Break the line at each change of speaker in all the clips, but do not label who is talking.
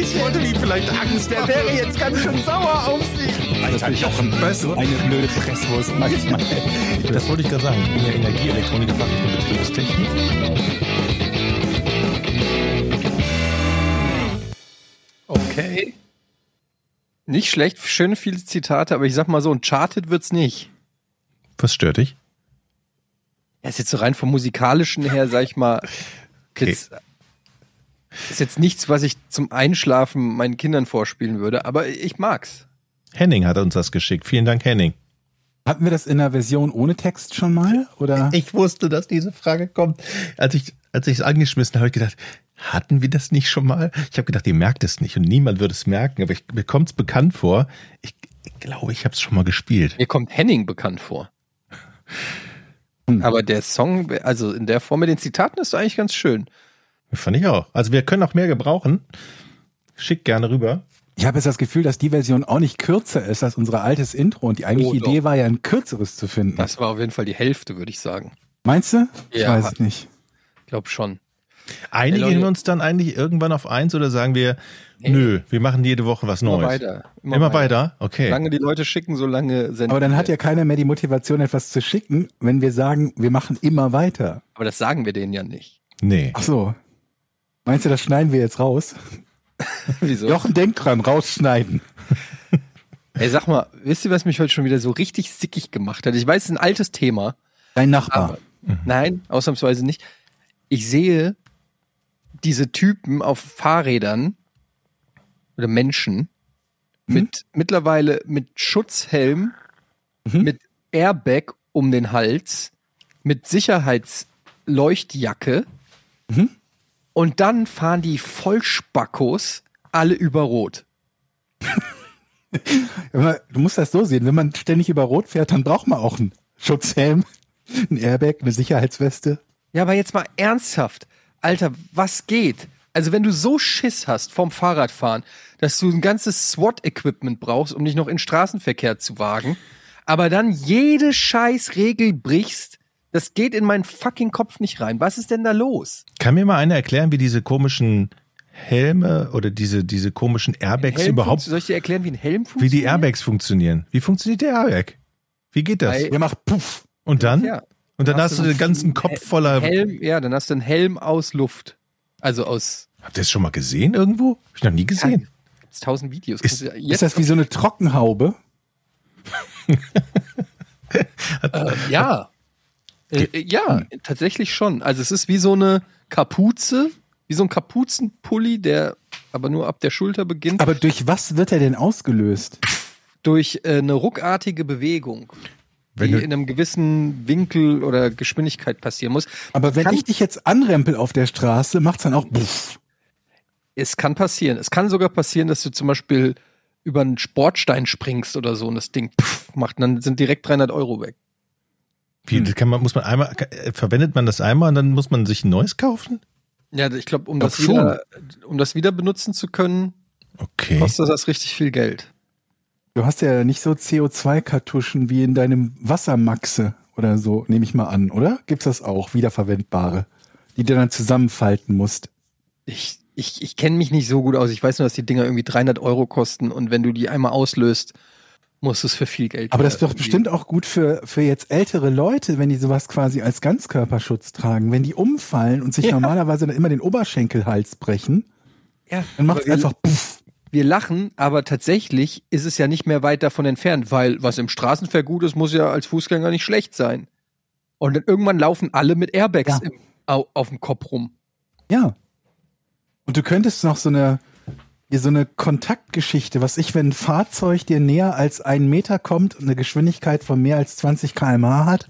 Ich wollte ihm vielleicht Angst. Der wäre jetzt ganz schön sauer auf sie.
Das
Alter,
bin ich auch im Bössel. Eine blöde Presswurst manchmal.
Das wollte ich gerade sagen. Ich bin ja Energieelektroniker, Fachrichtung Betriebstechnik.
Okay.
Nicht schlecht, schöne viele Zitate, aber ich sag mal so, Uncharted wird's nicht.
Was stört dich?
Er ist jetzt so rein vom musikalischen her, sag ich mal,
Okay.
jetzt, ist jetzt nichts, was ich zum Einschlafen meinen Kindern vorspielen würde, aber ich mag's.
Henning hat uns das geschickt. Vielen Dank, Henning.
Hatten wir das in der Version ohne Text schon mal? Oder?
Ich wusste, dass diese Frage kommt. Als ich als ich es angeschmissen habe, habe ich gedacht, hatten wir das nicht schon mal? Ich habe gedacht, ihr merkt es nicht und niemand wird es merken, aber ich, mir kommt es bekannt vor. Ich, ich glaube, ich habe es schon mal gespielt.
Mir kommt Henning bekannt vor.
Hm.
Aber der Song, also in der Form mit den Zitaten ist eigentlich ganz schön.
Fand ich auch. Also wir können auch mehr gebrauchen. Schick gerne rüber.
Ich habe jetzt das Gefühl, dass die Version auch nicht kürzer ist als unser altes Intro und die eigentliche
Oh, doch.
Idee war ja ein kürzeres zu finden.
Das war auf jeden Fall die Hälfte, würde ich sagen.
Meinst du? Ich
Ja.
weiß es nicht.
Glaub schon.
Einigen
Leute.
wir uns dann eigentlich irgendwann auf eins oder sagen wir, nö, wir machen jede Woche was
Immer
Neues.
weiter.
Immer, weiter? Okay.
Solange die Leute schicken, solange senden.
Aber dann
wir.
hat ja keiner mehr die Motivation, etwas zu schicken, wenn wir sagen, wir machen immer weiter.
Aber das sagen wir denen ja nicht.
Nee.
Ach so. Meinst du, das schneiden wir jetzt raus?
Wieso?
Jochen, denk dran, rausschneiden.
Ey, sag mal, wisst ihr, was mich heute schon wieder so richtig sickig gemacht hat? Ich weiß, es ist ein altes Thema.
Dein Nachbar.
Aber- Nein, ausnahmsweise nicht. Ich sehe diese Typen auf Fahrrädern oder Menschen mit mittlerweile mit Schutzhelm, mit Airbag um den Hals, mit Sicherheitsleuchtjacke und dann fahren die Vollspackos alle über Rot.
Wenn man- Du musst das so sehen, wenn man ständig über Rot fährt, dann braucht man auch einen Schutzhelm, einen Airbag, eine Sicherheitsweste.
Ja, aber jetzt mal ernsthaft. Alter, was geht? Also, wenn du so Schiss hast vom Fahrradfahren, dass du ein ganzes SWAT-Equipment brauchst, um dich noch in Straßenverkehr zu wagen, aber dann jede scheiß Regel brichst, das geht in meinen fucking Kopf nicht rein. Was ist denn da los?
Kann mir mal einer erklären, wie diese komischen Helme oder diese, diese komischen Airbags
Helm funktio-
überhaupt,
Soll ich dir erklären, wie ein Helm
wie
funktioniert?
die Airbags funktionieren? Wie funktioniert der Airbag? Wie geht das?
Bei-
Der macht Puff.
Und dann?
Ja.
Und dann hast du den ganzen
einen
Kopf
Hel-
voller.
Helm, ja, dann hast du einen Helm aus Luft. Also aus
Habt ihr das schon mal gesehen irgendwo? Hab ich noch nie gesehen.
gibt's tausend Videos.
Ist-
Kannst du
Ist das wie so eine Trockenhaube?
Ja. Äh, äh, ja, tatsächlich schon. Also es ist wie so eine Kapuze, wie so ein Kapuzenpulli, der aber nur ab der Schulter beginnt,
Aber durch was wird er denn ausgelöst?
durch äh, eine ruckartige Bewegung,
Wenn
die
du-
in einem gewissen Winkel oder Geschwindigkeit passieren muss.
Aber wenn
Kann-
ich dich jetzt anrempel auf der Straße, macht's dann auch Puff.
Es kann passieren. Es kann sogar passieren, dass du zum Beispiel über einen Sportstein springst oder so und das Ding pff, macht und dann sind direkt 300 Euro weg.
Wie, das kann man, muss man einmal, äh, verwendet man das einmal und dann muss man sich ein neues kaufen?
Ja, ich glaube, um,
Doch
das wieder- um das wieder benutzen zu können,
Okay.
kostet das richtig viel Geld.
Du hast ja nicht so CO2-Kartuschen wie in deinem Wassermaxe oder so, nehme ich mal an, oder? Gibt's das auch, wiederverwendbare, die du dann zusammenfalten musst?
Ich, ich, ich kenne mich nicht so gut aus. Ich weiß nur, dass die Dinger irgendwie 300 Euro kosten und wenn du die einmal auslöst, musst du es für viel Geld.
Aber das ist
wieder
doch
irgendwie-
bestimmt auch gut für, für jetzt ältere Leute, wenn die sowas quasi als Ganzkörperschutz tragen. Wenn die umfallen und sich
Ja.
normalerweise dann immer den Oberschenkelhals brechen,
Ja,
dann macht's
aber wir-
einfach puff.
Wir lachen, aber tatsächlich ist es ja nicht mehr weit davon entfernt, weil was im Straßenverkehr gut ist, muss ja als Fußgänger nicht schlecht sein. Und dann irgendwann laufen alle mit Airbags
Ja.
im, au, auf dem Kopf rum.
Ja. Und du könntest noch so eine, hier so eine Kontaktgeschichte, was ich, wenn ein Fahrzeug dir näher als einen Meter kommt und eine Geschwindigkeit von mehr als 20 km/h hat,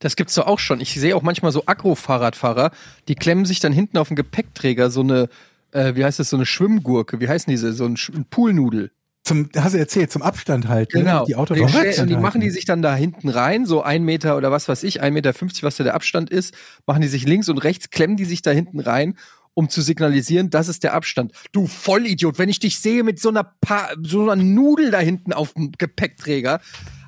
Das gibt's doch auch schon. Ich sehe auch manchmal so Agro-Fahrradfahrer, die klemmen sich dann hinten auf den Gepäckträger so eine, äh, wie heißt das, so eine Schwimmgurke, wie heißen diese, so ein, Sch- ein Poolnudel.
zum, hast du erzählt, zum Abstand halten. ne?
Genau.
Die Autos
und,
vom
die,
Abstand
und die machen die
halten.
sich dann da hinten rein, so ein Meter oder was weiß ich, ein Meter, fünfzig, was da der Abstand ist, machen die sich links und rechts, klemmen die sich da hinten rein, um zu signalisieren, das ist der Abstand. Du Vollidiot, wenn ich dich sehe mit so einer, pa so einer Nudel da hinten auf dem Gepäckträger,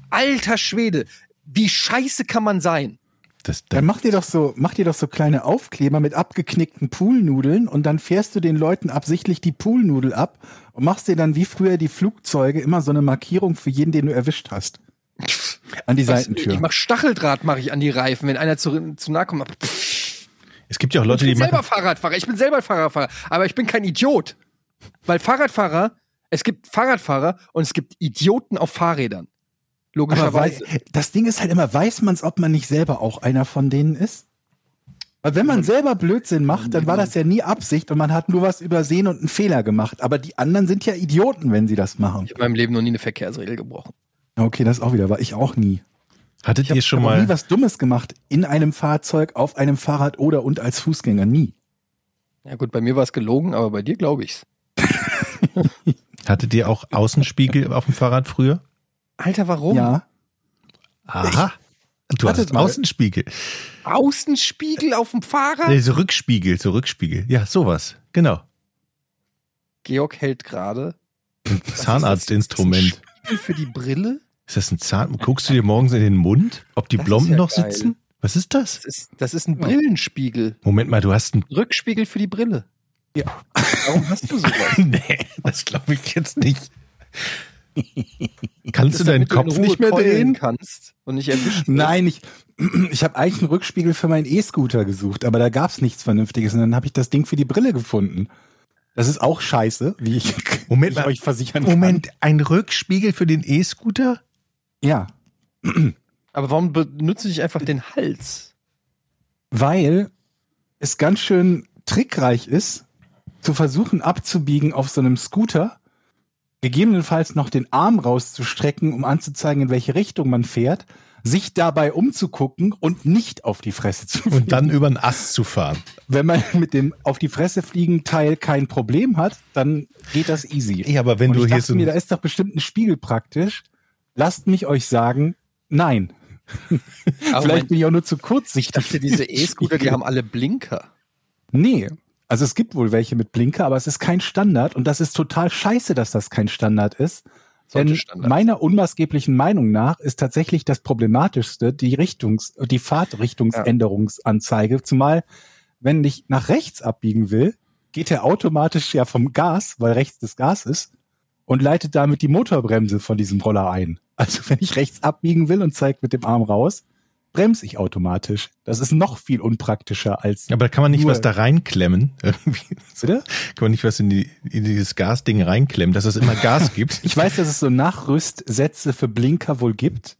alter Schwede, wie scheiße kann man sein?
Das,
Dann mach dir doch so, mach dir doch so kleine Aufkleber mit abgeknickten Poolnudeln und dann fährst du den Leuten absichtlich die Poolnudel ab und machst dir dann wie früher die Flugzeuge immer so eine Markierung für jeden, den du erwischt hast. An die
Ich
Seitentür.
mach Stacheldraht mache ich an die Reifen, wenn einer zu, zu nahe kommt. Pff,
es gibt ja auch Leute,
ich
die
bin
machen.
selber Fahrradfahrer, ich bin selber Fahrradfahrer, aber ich bin kein Idiot. Weil Fahrradfahrer, es gibt Fahrradfahrer und es gibt Idioten auf Fahrrädern.
Aber weiß,
Logischerweise.
das Ding ist halt immer, weiß man es, ob man nicht selber auch einer von denen ist? Weil wenn man selber Blödsinn macht, dann war das ja nie Absicht und man hat nur was übersehen und einen Fehler gemacht. Aber die anderen sind ja Idioten, wenn sie das machen.
Ich habe in meinem Leben noch nie eine Verkehrsregel gebrochen.
Okay, das ist auch wieder, war ich auch nie.
Hattet ihr schon
Ich hab noch nie
mal.
was Dummes gemacht in einem Fahrzeug, auf einem Fahrrad oder und als Fußgänger nie.
Ja gut, bei mir war es gelogen, aber bei dir glaube ich's.
Hattet ihr auch Außenspiegel auf dem Fahrrad früher?
Alter, warum?
Ja,
Aha. Du
Hattet
hattest
mal.
Außenspiegel.
Außenspiegel auf dem Fahrrad?
Nee, so Rückspiegel, so Rückspiegel. Ja, sowas. Genau.
Georg hält gerade
Zahnarztinstrument.
Spiegel für die Brille.
Ist das ein Zahn? Guckst du dir morgens in den Mund, ob die
Das
Blomben
ist ja
noch
geil.
sitzen? Was ist das?
Das ist, das ist ein Brillenspiegel.
Moment mal, du hast einen.
Rückspiegel für die Brille. Ja. Warum hast du sowas?
nee, das glaube ich jetzt nicht. Kannst du deinen
Damit in
Kopf
Ruhe
nicht mehr
keulen
drehen?
kannst und nicht
Äh?
erwischt wirst.
nein, ich, ich habe eigentlich einen Rückspiegel für meinen E-Scooter gesucht, aber da gab es nichts Vernünftiges und dann habe ich das Ding für die Brille gefunden. Das ist auch scheiße, wie ich,
Moment
wie ich
mal.
euch versichern
Moment, ein Rückspiegel für den E-Scooter?
kann. Ja,
Aber warum benutze ich einfach den Hals?
weil es ganz schön trickreich ist, zu versuchen abzubiegen auf so einem Scooter, gegebenenfalls noch den Arm rauszustrecken, um anzuzeigen, in welche Richtung man fährt, sich dabei umzugucken und nicht auf die Fresse zu fliegen.
Und dann über einen Ast zu fahren.
Wenn man mit dem auf die Fresse fliegen Teil kein Problem hat, dann geht das easy.
Ja, aber wenn
und
du
ich
hier
dachte
so.
mir, da
ein-
ist doch bestimmt ein Spiegel praktisch. Lasst mich euch sagen, nein.
Aber
Vielleicht
Vielleicht mein,
bin ich auch nur zu
ich dachte,
kurzsichtig.
diese E-Scooter, die haben alle Blinker.
Nee. Also es gibt wohl welche mit Blinker, aber es ist kein Standard und das ist total scheiße, dass das kein Standard ist.
Sollte
Denn
Standard
meiner unmaßgeblichen Meinung nach ist tatsächlich das Problematischste die Richtungs-, die Fahrtrichtungsänderungsanzeige. Zumal, wenn ich nach rechts abbiegen will, geht er automatisch ja vom Gas, weil rechts das Gas ist, und leitet damit die Motorbremse von diesem Roller ein. Also wenn ich rechts abbiegen will und zeigt mit dem Arm raus, bremse ich automatisch. Das ist noch viel unpraktischer als
Aber kann man nicht
Nur-
was da reinklemmen? Irgendwie. So,
Bitte?
kann man nicht was in, die, in dieses Gasding reinklemmen, dass es immer Gas gibt?
Ich weiß, dass es so Nachrüstsätze für Blinker wohl gibt,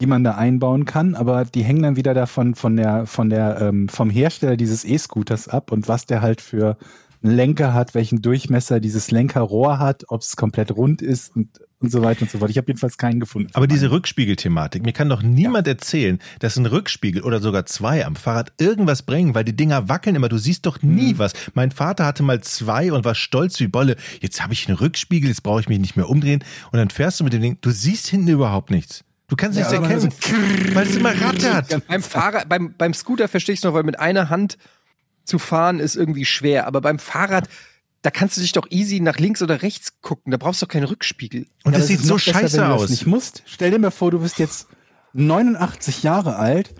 die man da einbauen kann, aber die hängen dann wieder davon von der von der ähm, vom Hersteller dieses E-Scooters ab und was der halt für einen Lenker hat, welchen Durchmesser dieses Lenkerrohr hat, ob es komplett rund ist und und so weiter und so fort. Ich habe jedenfalls keinen gefunden.
Aber diese Rückspiegelthematik, mir kann doch niemand erzählen, dass ein Rückspiegel oder sogar zwei am Fahrrad irgendwas bringen, weil die Dinger wackeln immer. Du siehst doch
Mhm.
nie was. Mein Vater hatte mal zwei und war stolz wie Bolle. Jetzt habe ich einen Rückspiegel, jetzt brauche ich mich nicht mehr umdrehen. Und dann fährst du mit dem Ding, du siehst hinten überhaupt nichts. Du kannst nichts
aber man
erkennen, weil es immer rattert.
Beim Fahrrad, beim, beim Scooter verstehe ich es noch, weil mit einer Hand zu fahren ist irgendwie schwer. Aber beim Fahrrad, da kannst du dich doch easy nach links oder rechts gucken. Da brauchst du doch keinen Rückspiegel.
Und
Ja,
das
aber es
sieht
ist
so
noch besser, wenn
scheiße
du das
aus.
Nicht musst. Stell dir mal vor, du bist jetzt 89 Jahre alt,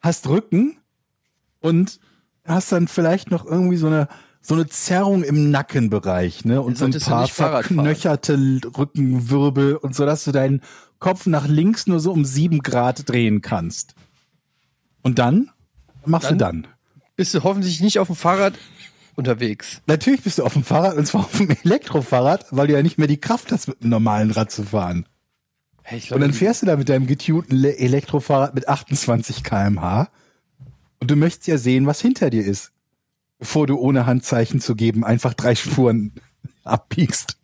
hast Rücken und hast dann vielleicht noch irgendwie so eine so eine Zerrung im Nackenbereich, ne? Und so ein
solltest du
paar
nicht Fahrrad fahren.
verknöcherte Rückenwirbel und so, dass du deinen Kopf nach links nur so um sieben Grad drehen kannst. Und dann Was machst du
Dann?
dann.
Bist du hoffentlich nicht auf dem Fahrrad unterwegs.
Natürlich bist du auf dem Fahrrad und zwar auf dem Elektrofahrrad, weil du ja nicht mehr die Kraft hast, mit einem normalen Rad zu fahren.
Hey, ich
Und dann fährst du da mit deinem getunten Le- Elektrofahrrad mit 28 km/h und du möchtest ja sehen, was hinter dir ist, bevor du ohne Handzeichen zu geben einfach drei Spuren abbiegst.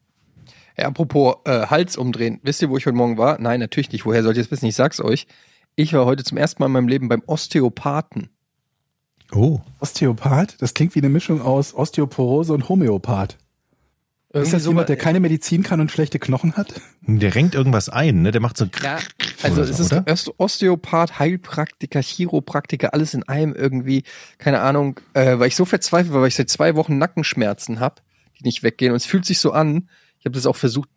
Ja, apropos äh, Hals umdrehen. Wisst ihr, wo ich heute Morgen war? Nein, natürlich nicht. Woher sollt ihr es wissen? Ich sag's euch. Ich war heute zum ersten Mal in meinem Leben beim Osteopathen.
Oh,
Osteopath, das klingt wie eine Mischung aus Osteoporose und Homöopath. ist
Irgendwie
das
so
jemand,
mal-
der keine Medizin kann und schlechte Knochen hat?
der renkt irgendwas ein, ne? Der macht so.
Ja, also
Oder so,
es ist
oder?
Oste- Osteopath, Heilpraktiker, Chiropraktiker, alles in einem irgendwie, keine Ahnung, äh, weil ich so verzweifelt war, weil ich seit zwei Wochen Nackenschmerzen habe, die nicht weggehen. Und es fühlt sich so an, ich habe das auch versucht,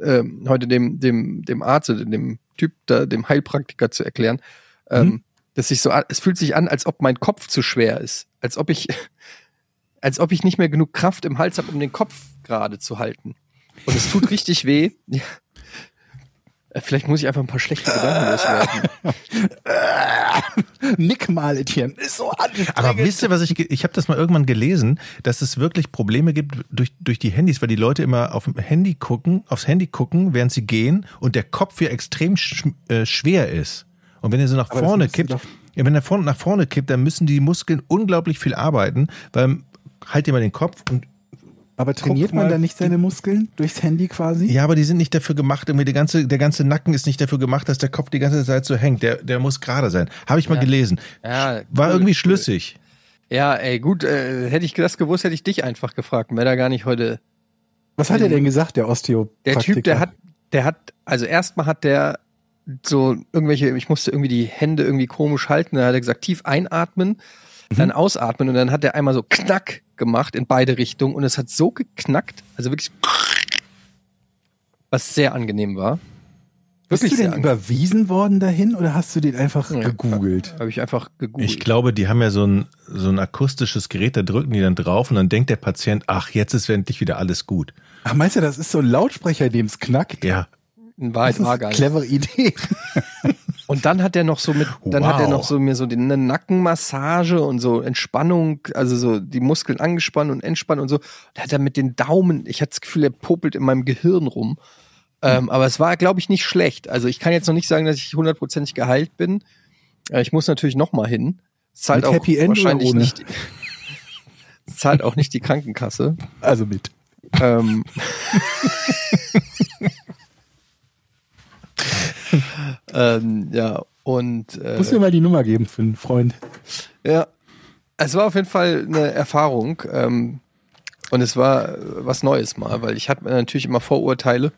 ähm,
Mhm.
heute dem, dem, dem Arzt oder dem Typ da, dem Heilpraktiker zu erklären. Ähm, dass sich so, an- es fühlt sich an, als ob mein Kopf zu schwer ist. Als ob ich, als ob ich nicht mehr genug Kraft im Hals habe, um den Kopf gerade zu halten. Und es tut richtig weh. Ja. Äh, Vielleicht muss ich einfach ein paar schlechte Gedanken loswerden.
Nick mal, Etienne. Ist so anstrengend.
Aber wisst ihr, was ich, ge- ich habe das mal irgendwann gelesen, dass es wirklich Probleme gibt durch, durch die Handys, weil die Leute immer auf dem Handy gucken, aufs Handy gucken, während sie gehen und der Kopf ja extrem sch, äh, schwer ist. Und wenn er so nach
das
vorne
müssen
kippt,
doch-
ja, wenn er vorne nach vorne kippt, dann müssen die Muskeln unglaublich viel arbeiten, weil halt dir mal den Kopf und
Aber trainiert
Guck
man
mal,
da nicht seine Muskeln durchs Handy quasi?
ja, aber die sind nicht dafür gemacht, irgendwie der ganze, der ganze Nacken ist nicht dafür gemacht, dass der Kopf die ganze Zeit so hängt. Der, der muss gerade sein. Habe ich mal
Ja.
gelesen.
Ja,
War
cool,
irgendwie
cool.
schlüssig.
Ja, ey, gut, äh, hätte ich das gewusst, hätte ich dich einfach gefragt. Wäre da gar nicht heute
Was hat er denn gesagt, der Osteopathiker?
Der Typ, der hat, der hat, also erstmal hat der so irgendwelche, ich musste irgendwie die Hände irgendwie komisch halten, dann hat er gesagt, tief einatmen, dann ausatmen und dann hat er einmal so knack gemacht in beide Richtungen und es hat so geknackt, also wirklich, was sehr angenehm war.
Bist
Wirklich
du
sehr
denn überwiesen worden dahin oder hast du den einfach
Ja.
gegoogelt?
Habe ich einfach gegoogelt.
Ich glaube, die haben ja so ein, so ein akustisches Gerät, da drücken die dann drauf und dann denkt der Patient, ach, jetzt ist endlich wieder alles gut.
Ach, meinst du, das ist so ein Lautsprecher, dem es knackt?
Ja.
In
Das
Wahrheit
ist
war
eine
gar nicht.
clevere Idee.
Und dann hat er noch so mit, dann hat er
Wow.
noch so mir so die- eine Nackenmassage und so Entspannung, also so die Muskeln angespannt und entspannt und so. Und hat er mit den Daumen, ich hatte das Gefühl, er popelt in meinem Gehirn rum. Ähm, aber es war, glaube ich, nicht schlecht. Also ich kann jetzt noch nicht sagen, dass ich hundertprozentig geheilt bin. Äh, ich muss natürlich noch mal hin. Es Zahlt
Mit
auch
Happy End oder
wahrscheinlich
ohne?
nicht. es Zahlt auch nicht die Krankenkasse.
Also mit.
Ähm. ähm, ja, und äh,
Muss mir mal die Nummer geben für einen Freund.
ja, es war auf jeden Fall eine Erfahrung ähm, und es war äh, was Neues mal, weil ich hatte natürlich immer Vorurteile.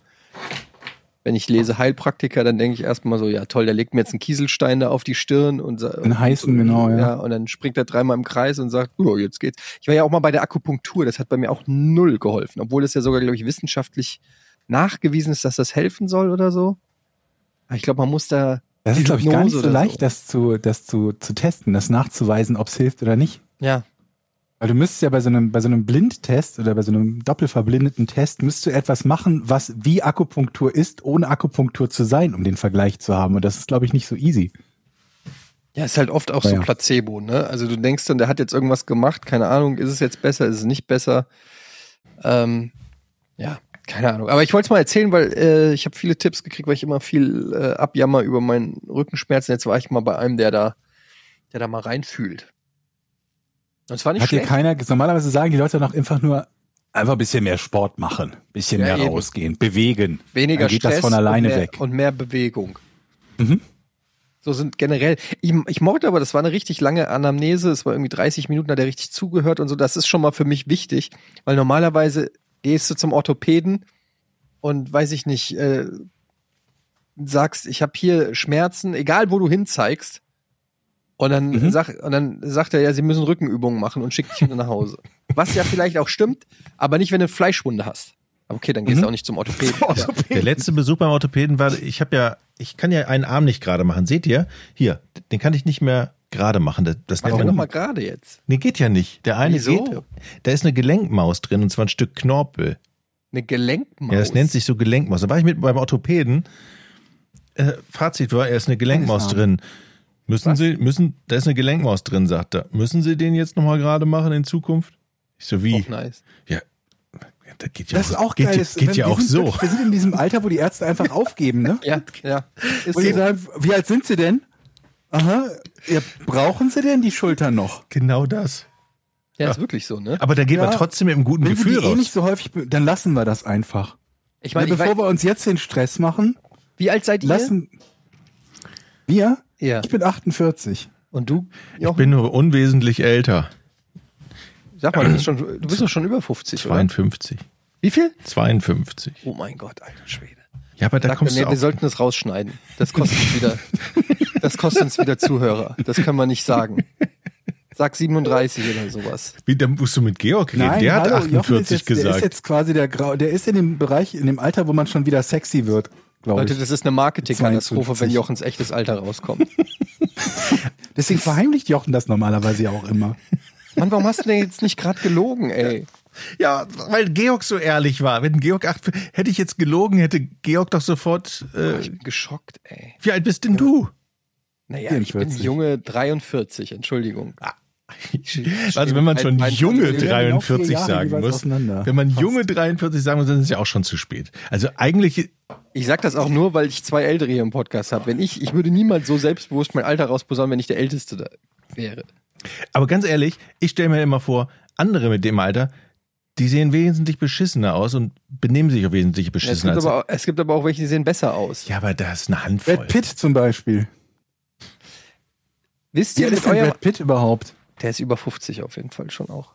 Wenn ich lese Heilpraktiker, dann denke ich erstmal so, ja toll, der legt mir jetzt einen Kieselstein da auf die Stirn und sa-
Einen heißen, genau, ja.
und dann springt er dreimal im Kreis und sagt, oh, jetzt geht's. Ich war ja auch mal bei der Akupunktur, das hat bei mir auch null geholfen, obwohl es ja sogar, glaube ich, wissenschaftlich nachgewiesen ist, dass das helfen soll oder so. Aber ich glaube, man muss da,
Das ist, glaube ich, gar
Hypnose
nicht so
oder so.
leicht, das, zu, das zu, zu testen, das nachzuweisen, ob es hilft oder nicht.
ja,
Weil du müsstest ja bei so einem, bei so einem Blindtest oder bei so einem doppelverblindeten Test, müsstest du etwas machen, was wie Akupunktur ist, ohne Akupunktur zu sein, um den Vergleich zu haben. Und das ist, glaube ich, nicht so easy.
Ja, ist halt oft auch so
Naja.
Placebo, ne? Also du denkst dann, der hat jetzt irgendwas gemacht, keine Ahnung, ist es jetzt besser, ist es nicht besser? Ähm, ja, keine Ahnung. Aber ich wollte es mal erzählen, weil äh, ich habe viele Tipps gekriegt, weil ich immer viel äh, abjammer über meinen Rückenschmerzen. Jetzt war ich mal bei einem, der da, der da mal reinfühlt. Und es war nicht
Hat dir
schlecht.
keiner, normalerweise sagen die Leute doch einfach nur, einfach ein bisschen mehr Sport machen, ein bisschen
Ja,
mehr
eben.
rausgehen, bewegen.
Weniger
Dann geht das
Stress
von alleine
und mehr,
weg.
und mehr Bewegung.
Mhm.
So sind generell. Ich, ich mochte aber, das war eine richtig lange Anamnese. Es war irgendwie 30 Minuten, hat er richtig zugehört und so. Das ist schon mal für mich wichtig, weil normalerweise gehst du zum Orthopäden und weiß ich nicht, äh, sagst, ich habe hier Schmerzen, egal wo du hinzeigst. Und dann,
Mhm.
sag, und dann sagt er, ja, sie müssen Rückenübungen machen und schickt dich wieder nach Hause. Was ja vielleicht auch stimmt, aber nicht, wenn du eine Fleischwunde hast. Okay, dann gehst
Mhm.
du auch nicht zum Orthopäden. Ja.
Der letzte Besuch beim Orthopäden war, ich habe ja, ich kann ja einen Arm nicht gerade machen. Seht ihr? Hier, den kann ich nicht mehr gerade machen. Das, das nennt
Mach
man
doch mal gerade jetzt.
Nee, geht ja nicht. Der eine
Wieso?
geht. Da ist eine Gelenkmaus drin und zwar ein Stück Knorpel.
Eine Gelenkmaus.
Ja, das nennt sich so Gelenkmaus. Da war ich mit beim Orthopäden. Äh, Fazit war, er ist eine Gelenkmaus
Alles
drin. Müssen
Was?
Sie, müssen, da ist eine Gelenkmaus drin, sagt er. Müssen Sie den jetzt nochmal gerade machen in Zukunft? Ich so, wie?
Auch nice.
Ja, das geht ja
Oh. Das ist auch
geht,
geil.
ja-
das-
Geht
wenn-
ja
wir
auch
sind
so.
wirklich- Wir sind in diesem Alter, wo die Ärzte einfach aufgeben, ne?
Ja, ja. Ist
Und die
so.
sagen, wie alt sind sie denn? Aha, ja, brauchen sie denn die Schultern noch?
Genau das.
Ja, ist wirklich so, ne?
Aber da geht
Ja.
man trotzdem mit einem guten
Wenn sie
Gefühl
die eh
raus.
nicht so häufig, be- dann lassen wir das einfach.
Ich
Ne,
meine, ich
bevor
weiß,
wir uns jetzt den Stress machen,
wie alt seid ihr?
lassen wir,
Ja.
ich bin 48.
Und du,
Ich
Jochen?
bin nur unwesentlich älter.
Sag mal, du bist, schon, du bist doch schon über 50, oder?
52.
Wie viel?
52.
Oh mein Gott, alter Schwede.
Ja, aber da
Sag mir,
kommst
nee,
du
wir
auch.
sollten das rausschneiden. Das kostet uns wieder, das kostet uns wieder Zuhörer. Das kann man nicht sagen. Sag 37 oder sowas.
Wie, da musst du mit Georg reden. der hat
hallo, Jochen
48
ist jetzt, Der ist
gesagt.
jetzt quasi der Grau, der ist in dem Bereich, in dem Alter, wo man schon wieder sexy wird, glaube
Leute,
ich.
das ist eine Marketingkatastrophe, wenn
52.
Jochens echtes Alter rauskommt.
Deswegen verheimlicht Jochen das normalerweise ja auch immer.
Mann, warum hast du denn jetzt nicht gerade gelogen, ey?
Ja, weil Georg so ehrlich war. Wenn Georg acht, hätte ich jetzt gelogen, hätte Georg doch sofort.
Boah,
Äh,
ich bin geschockt, ey.
wie alt bist denn du?
Naja, ich bin
44.
Junge 43, Entschuldigung.
Ah.
Also wenn man schon
Mein- mein-
junge
wir werden
auch vier
43
Jahre
sagen
jeweils
muss,
auseinander.
wenn man junge 43 sagen muss, dann ist es ja auch schon zu spät. Also eigentlich,
Ich sag das auch nur, weil ich zwei Ältere hier im Podcast habe. Wenn ich, ich würde niemals so selbstbewusst mein Alter rausposaunen, wenn ich der Älteste da wäre.
aber ganz ehrlich, ich stelle mir immer vor, andere mit dem Alter, die sehen wesentlich beschissener aus und benehmen sich auch wesentlich
Es
beschissener.
gibt,
also-
Als,
aber auch, es gibt aber auch welche, die sehen besser aus.
ja, aber da ist eine Handvoll.
Brad Pitt zum Beispiel.
Wisst
Wie
ihr,
alt
mit
ist denn
eurem,
Brad Pitt überhaupt?
der ist über 50 auf jeden Fall schon auch.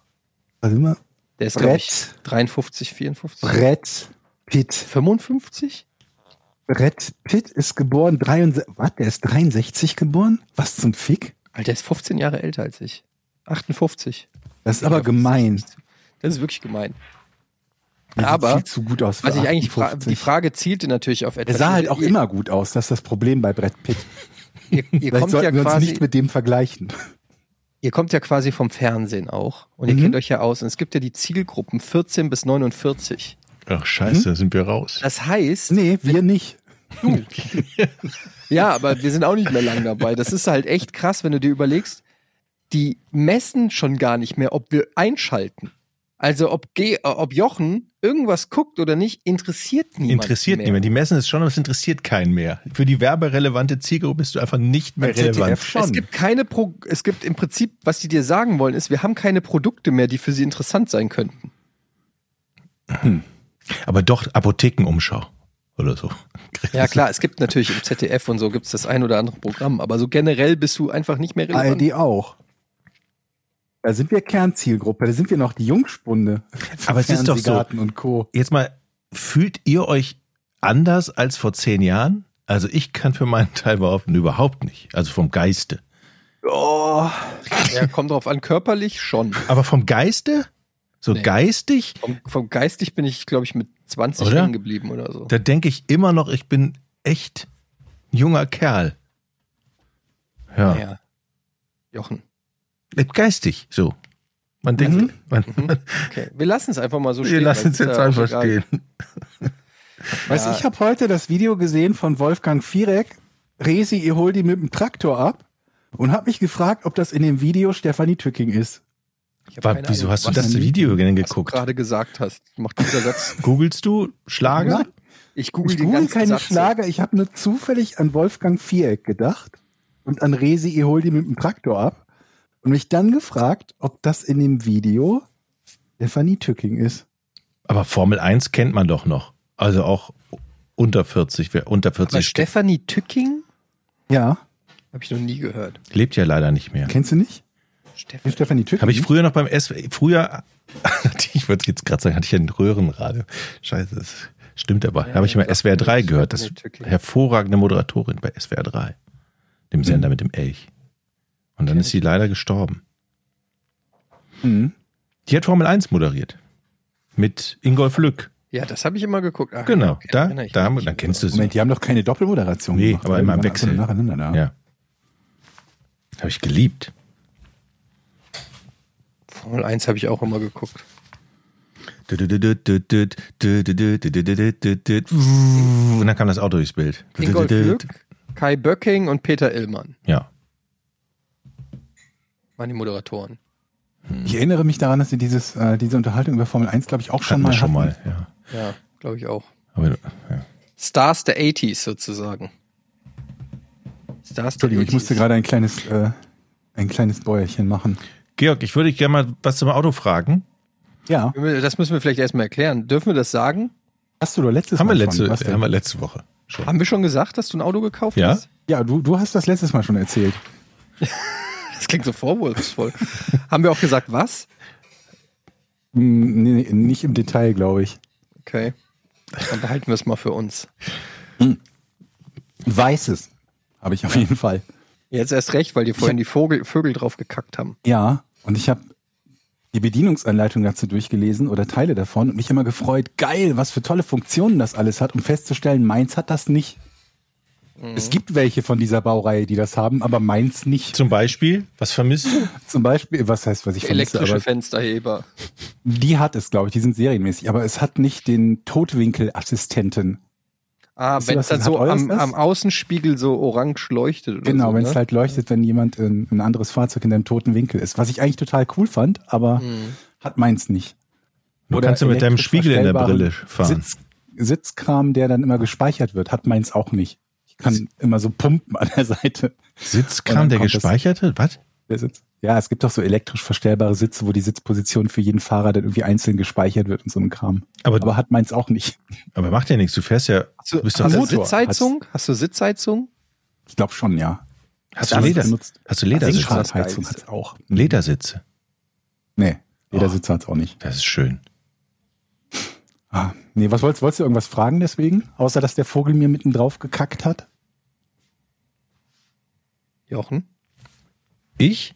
Warte mal.
Der ist, glaube ich,
Brett,
53, 54,
Brett Pitt.
55?
Brett Pitt ist geboren 63. Was? Der ist 63 geboren? Was zum Fick?
Alter, der ist 15 Jahre älter als ich. 58.
Das ist aber gemein.
Das ist wirklich gemein.
Der sieht
Aber,
viel zu gut aus. für
Was ich eigentlich fra
58.
die Frage zielte natürlich auf
Der
etwas.
sah halt
Ihr-
auch immer gut aus. Das ist das Problem bei Brett Pitt.
Ihr, ihr,
Vielleicht
kommt ja
sollten wir uns nicht
quasi,
mit dem vergleichen.
ihr kommt ja quasi vom Fernsehen auch und ihr
Mhm.
kennt euch ja aus. Und es gibt ja die Zielgruppen 14 bis 49.
Ach scheiße,
Hm?
sind wir raus.
Das heißt,
Nee, wir nicht.
ja, aber wir sind auch nicht mehr lang dabei. Das ist halt echt krass, wenn du dir überlegst, die messen schon gar nicht mehr, ob wir einschalten. Also ob, Ge äh, ob Jochen irgendwas guckt oder nicht, interessiert niemand.
Interessiert
mehr.
niemand. Die messen es schon, aber es interessiert keinen mehr. Für die werberelevante Zielgruppe bist du einfach nicht mehr
Bei ZDF
relevant.
schon.
Es gibt keine Pro es gibt im Prinzip, was die dir sagen wollen, ist, wir haben keine Produkte mehr, die für sie interessant sein könnten.
Aber doch Apothekenumschau oder so.
Ja klar, es gibt natürlich im ZDF und so gibt es das ein oder andere Programm, aber so generell bist du einfach nicht mehr relevant.
ARD auch. Da sind wir Kernzielgruppe, da sind wir noch die Jungspunde.
Aber es ist doch so.
Fernsehgarten und Co.
Jetzt mal, fühlt ihr euch anders als vor zehn Jahren? Also ich kann für meinen Teil behaupten, überhaupt nicht. Also vom Geiste.
Ja, kommt drauf an, körperlich schon.
Aber vom Geiste? So
Nee.
geistig?
Vom, vom geistig bin ich, glaube ich, mit 20
Oder?
hängen geblieben oder so.
Da denke ich immer noch, ich bin echt ein junger Kerl. Ja.
Ja. Jochen.
Geistig, so. Man denkt,
Mhm.
man,
Okay. Wir lassen es einfach mal so
wir lassen
weil ist
es jetzt
ja auch
einfach
egal.
stehen.
Weißt du,
Ja.
ich habe heute das Video gesehen von Wolfgang Viereck. Resi, ihr holt die mit dem Traktor ab. Und habe mich gefragt, ob das in dem Video Stefanie Tücking ist.
Ich hab
Wa-
keine
Wieso
Ahnung,
hast du
was
das
denn
Video denn
was du
geguckt?
gerade gesagt hast. Macht dieser Satz.
Googlest du Schlager?
Nein,
Ich Ah, genau. google,
ich
den
google
ganzen
keine
Satz.
Schlager. Ich habe nur zufällig an Wolfgang Viereck gedacht und an Resi, ihr holt die mit dem Traktor ab. Und mich dann gefragt, ob das in dem Video Stefanie Tücking ist.
Aber Formel 1 kennt man doch noch. Also auch unter 40, wer unter
Aber
40 steht,
Stefanie Tücking?
Ja,
Habe ich noch nie gehört.
lebt ja leider nicht mehr.
kennst du nicht?
Stefanie.
Stefanie Tücking?
Mhm.
Habe ich früher noch beim S früher ich würde jetzt gerade sagen, hatte ich ja ein Röhrenradio. Scheiße, das stimmt aber.
Ja,
Habe ich
ja,
immer
sagt mir
SWR 3
nichts,
gehört.
sagt
Das
mir
ist
Tücki.
hervorragende Moderatorin bei SWR 3,
Mhm.
dem Sender mit dem Elch. Und dann
Okay.
ist sie leider gestorben.
Mhm.
Die hat Formel 1 moderiert mit Ingolf Lück.
Ja, das habe ich immer geguckt. Ach,
Genau,
okay,
da,
erinnere ich
da, haben wir-
mich.
dann kennst du sie.
Moment, die haben doch keine Doppelmoderation
Nee, aber
oder?
immer im
Die waren
Wechsel.
alle Nacheinander da.
Ja. Habe ich geliebt.
Formel 1 habe ich auch immer geguckt.
Und dann kam das Auto durchs Bild.
Ingolf Lück, Kai Böcking und Peter Illmann
Ja.
waren die Moderatoren.
Ich erinnere mich daran, dass sie dieses, äh, diese Unterhaltung über Formel 1, glaube ich, auch
Hatten
schon mal
wir schon
hatten.
mal. Ja.
Ja, glaube ich auch.
Aber, ja.
Stars der 80s sozusagen. Stars
Entschuldigung, ich musste gerade ein kleines, äh, ein kleines Bäuerchen machen.
Georg, ich würde dich gerne mal was zum Auto fragen.
Ja,
Das müssen wir vielleicht erstmal erklären. Dürfen wir das sagen?
hast du doch letztes
Haben wir,
Mal schon.
letzte,
was denn?
haben wir letzte Woche schon.
Haben wir schon gesagt, dass du ein Auto gekauft
Ja.
hast?
Ja, du, du hast das letztes Mal schon erzählt.
Das klingt so vorwurfsvoll. Haben wir auch gesagt, was?
Hm, nee, nee, nicht im Detail, glaube ich.
Okay. Dann behalten wir es mal für uns.
Weißes habe ich auf jeden Fall.
Jetzt erst recht, weil dir vorhin die Vogel, Vögel drauf gekackt haben.
Ja, und ich habe die Bedienungsanleitung dazu durchgelesen oder Teile davon und mich immer gefreut, geil, was für tolle Funktionen das alles hat, um festzustellen, meins hat das nicht. Es gibt welche von dieser Baureihe, die das haben, aber meins nicht.
Zum Beispiel, was vermisst du?
Zum Beispiel, was heißt, was ich vermisse,
Elektrische
aber
Fensterheber.
die hat es, glaube ich, die sind serienmäßig, aber es hat nicht den Totwinkelassistenten.
Ah,
Wisst ihr,
wenn
was
es dann
ein
so
Hot Oil
am,
ist?
am Außenspiegel so orange leuchtet. Oder
Genau,
so,
wenn es
ne?
halt leuchtet, wenn jemand in ein anderes Fahrzeug in einem toten Winkel ist, was ich eigentlich total cool fand, aber
Mhm.
hat meins nicht.
Du
Oder
kannst ja mit deinem
elektrisch
Spiegel in der
verstellbaren
Brille fahren.
Sitz, Sitzkram, der dann immer gespeichert wird, hat meins auch nicht. Ich kann immer so pumpen an der Seite.
Sitzkram,
Und dann
der
kommt das-
gespeichert wird? Was?
Der Sitz. Ja, es gibt doch so elektrisch verstellbare Sitze, wo die Sitzposition für jeden Fahrer dann irgendwie einzeln gespeichert wird und so ein Kram.
Aber, aber,
Aber hat meins auch nicht.
macht ja nichts. Du fährst ja.
Hast du,
Du bist doch
hast du
Motor.
Sitzheizung? Hast du Sitzheizung?
Ich glaube schon, ja.
Hast
Hat
du
alles
Leder?
benutzt.
Hast du Ledersitze?
Sitzschrank.
Sitzheizung
Geilste.
hat's auch. Oh.
Ledersitze.
Nee, Ledersitze hat's auch nicht.
Das ist schön.
Ah, nee, was wolltest, wolltest du irgendwas fragen deswegen? Außer, dass der Vogel mir mitten drauf gekackt hat?
Jochen?
Ich?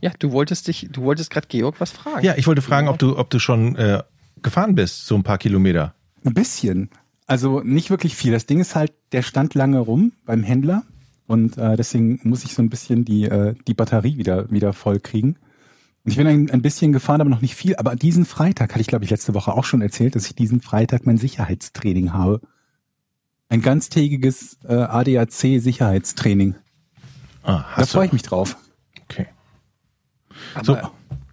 Ja, du wolltest dich, du wolltest gerade Georg was fragen.
Ja, ich wollte fragen, ob du, ob du schon äh, gefahren bist, so ein paar Kilometer.
Ein bisschen. Also nicht wirklich viel. Das Ding ist halt, der stand lange rum beim Händler und äh, deswegen muss ich so ein bisschen die, äh, die Batterie wieder, wieder voll kriegen. Und ich bin ein, ein bisschen gefahren, aber noch nicht viel. Aber diesen Freitag hatte ich, glaube ich, letzte Woche auch schon erzählt, dass ich diesen Freitag mein Sicherheitstraining habe. Ein ganztägiges äh, ADAC-Sicherheitstraining.
Ah,
Da
hast
freue
du.
ich mich drauf.
Okay.
Aber,
So.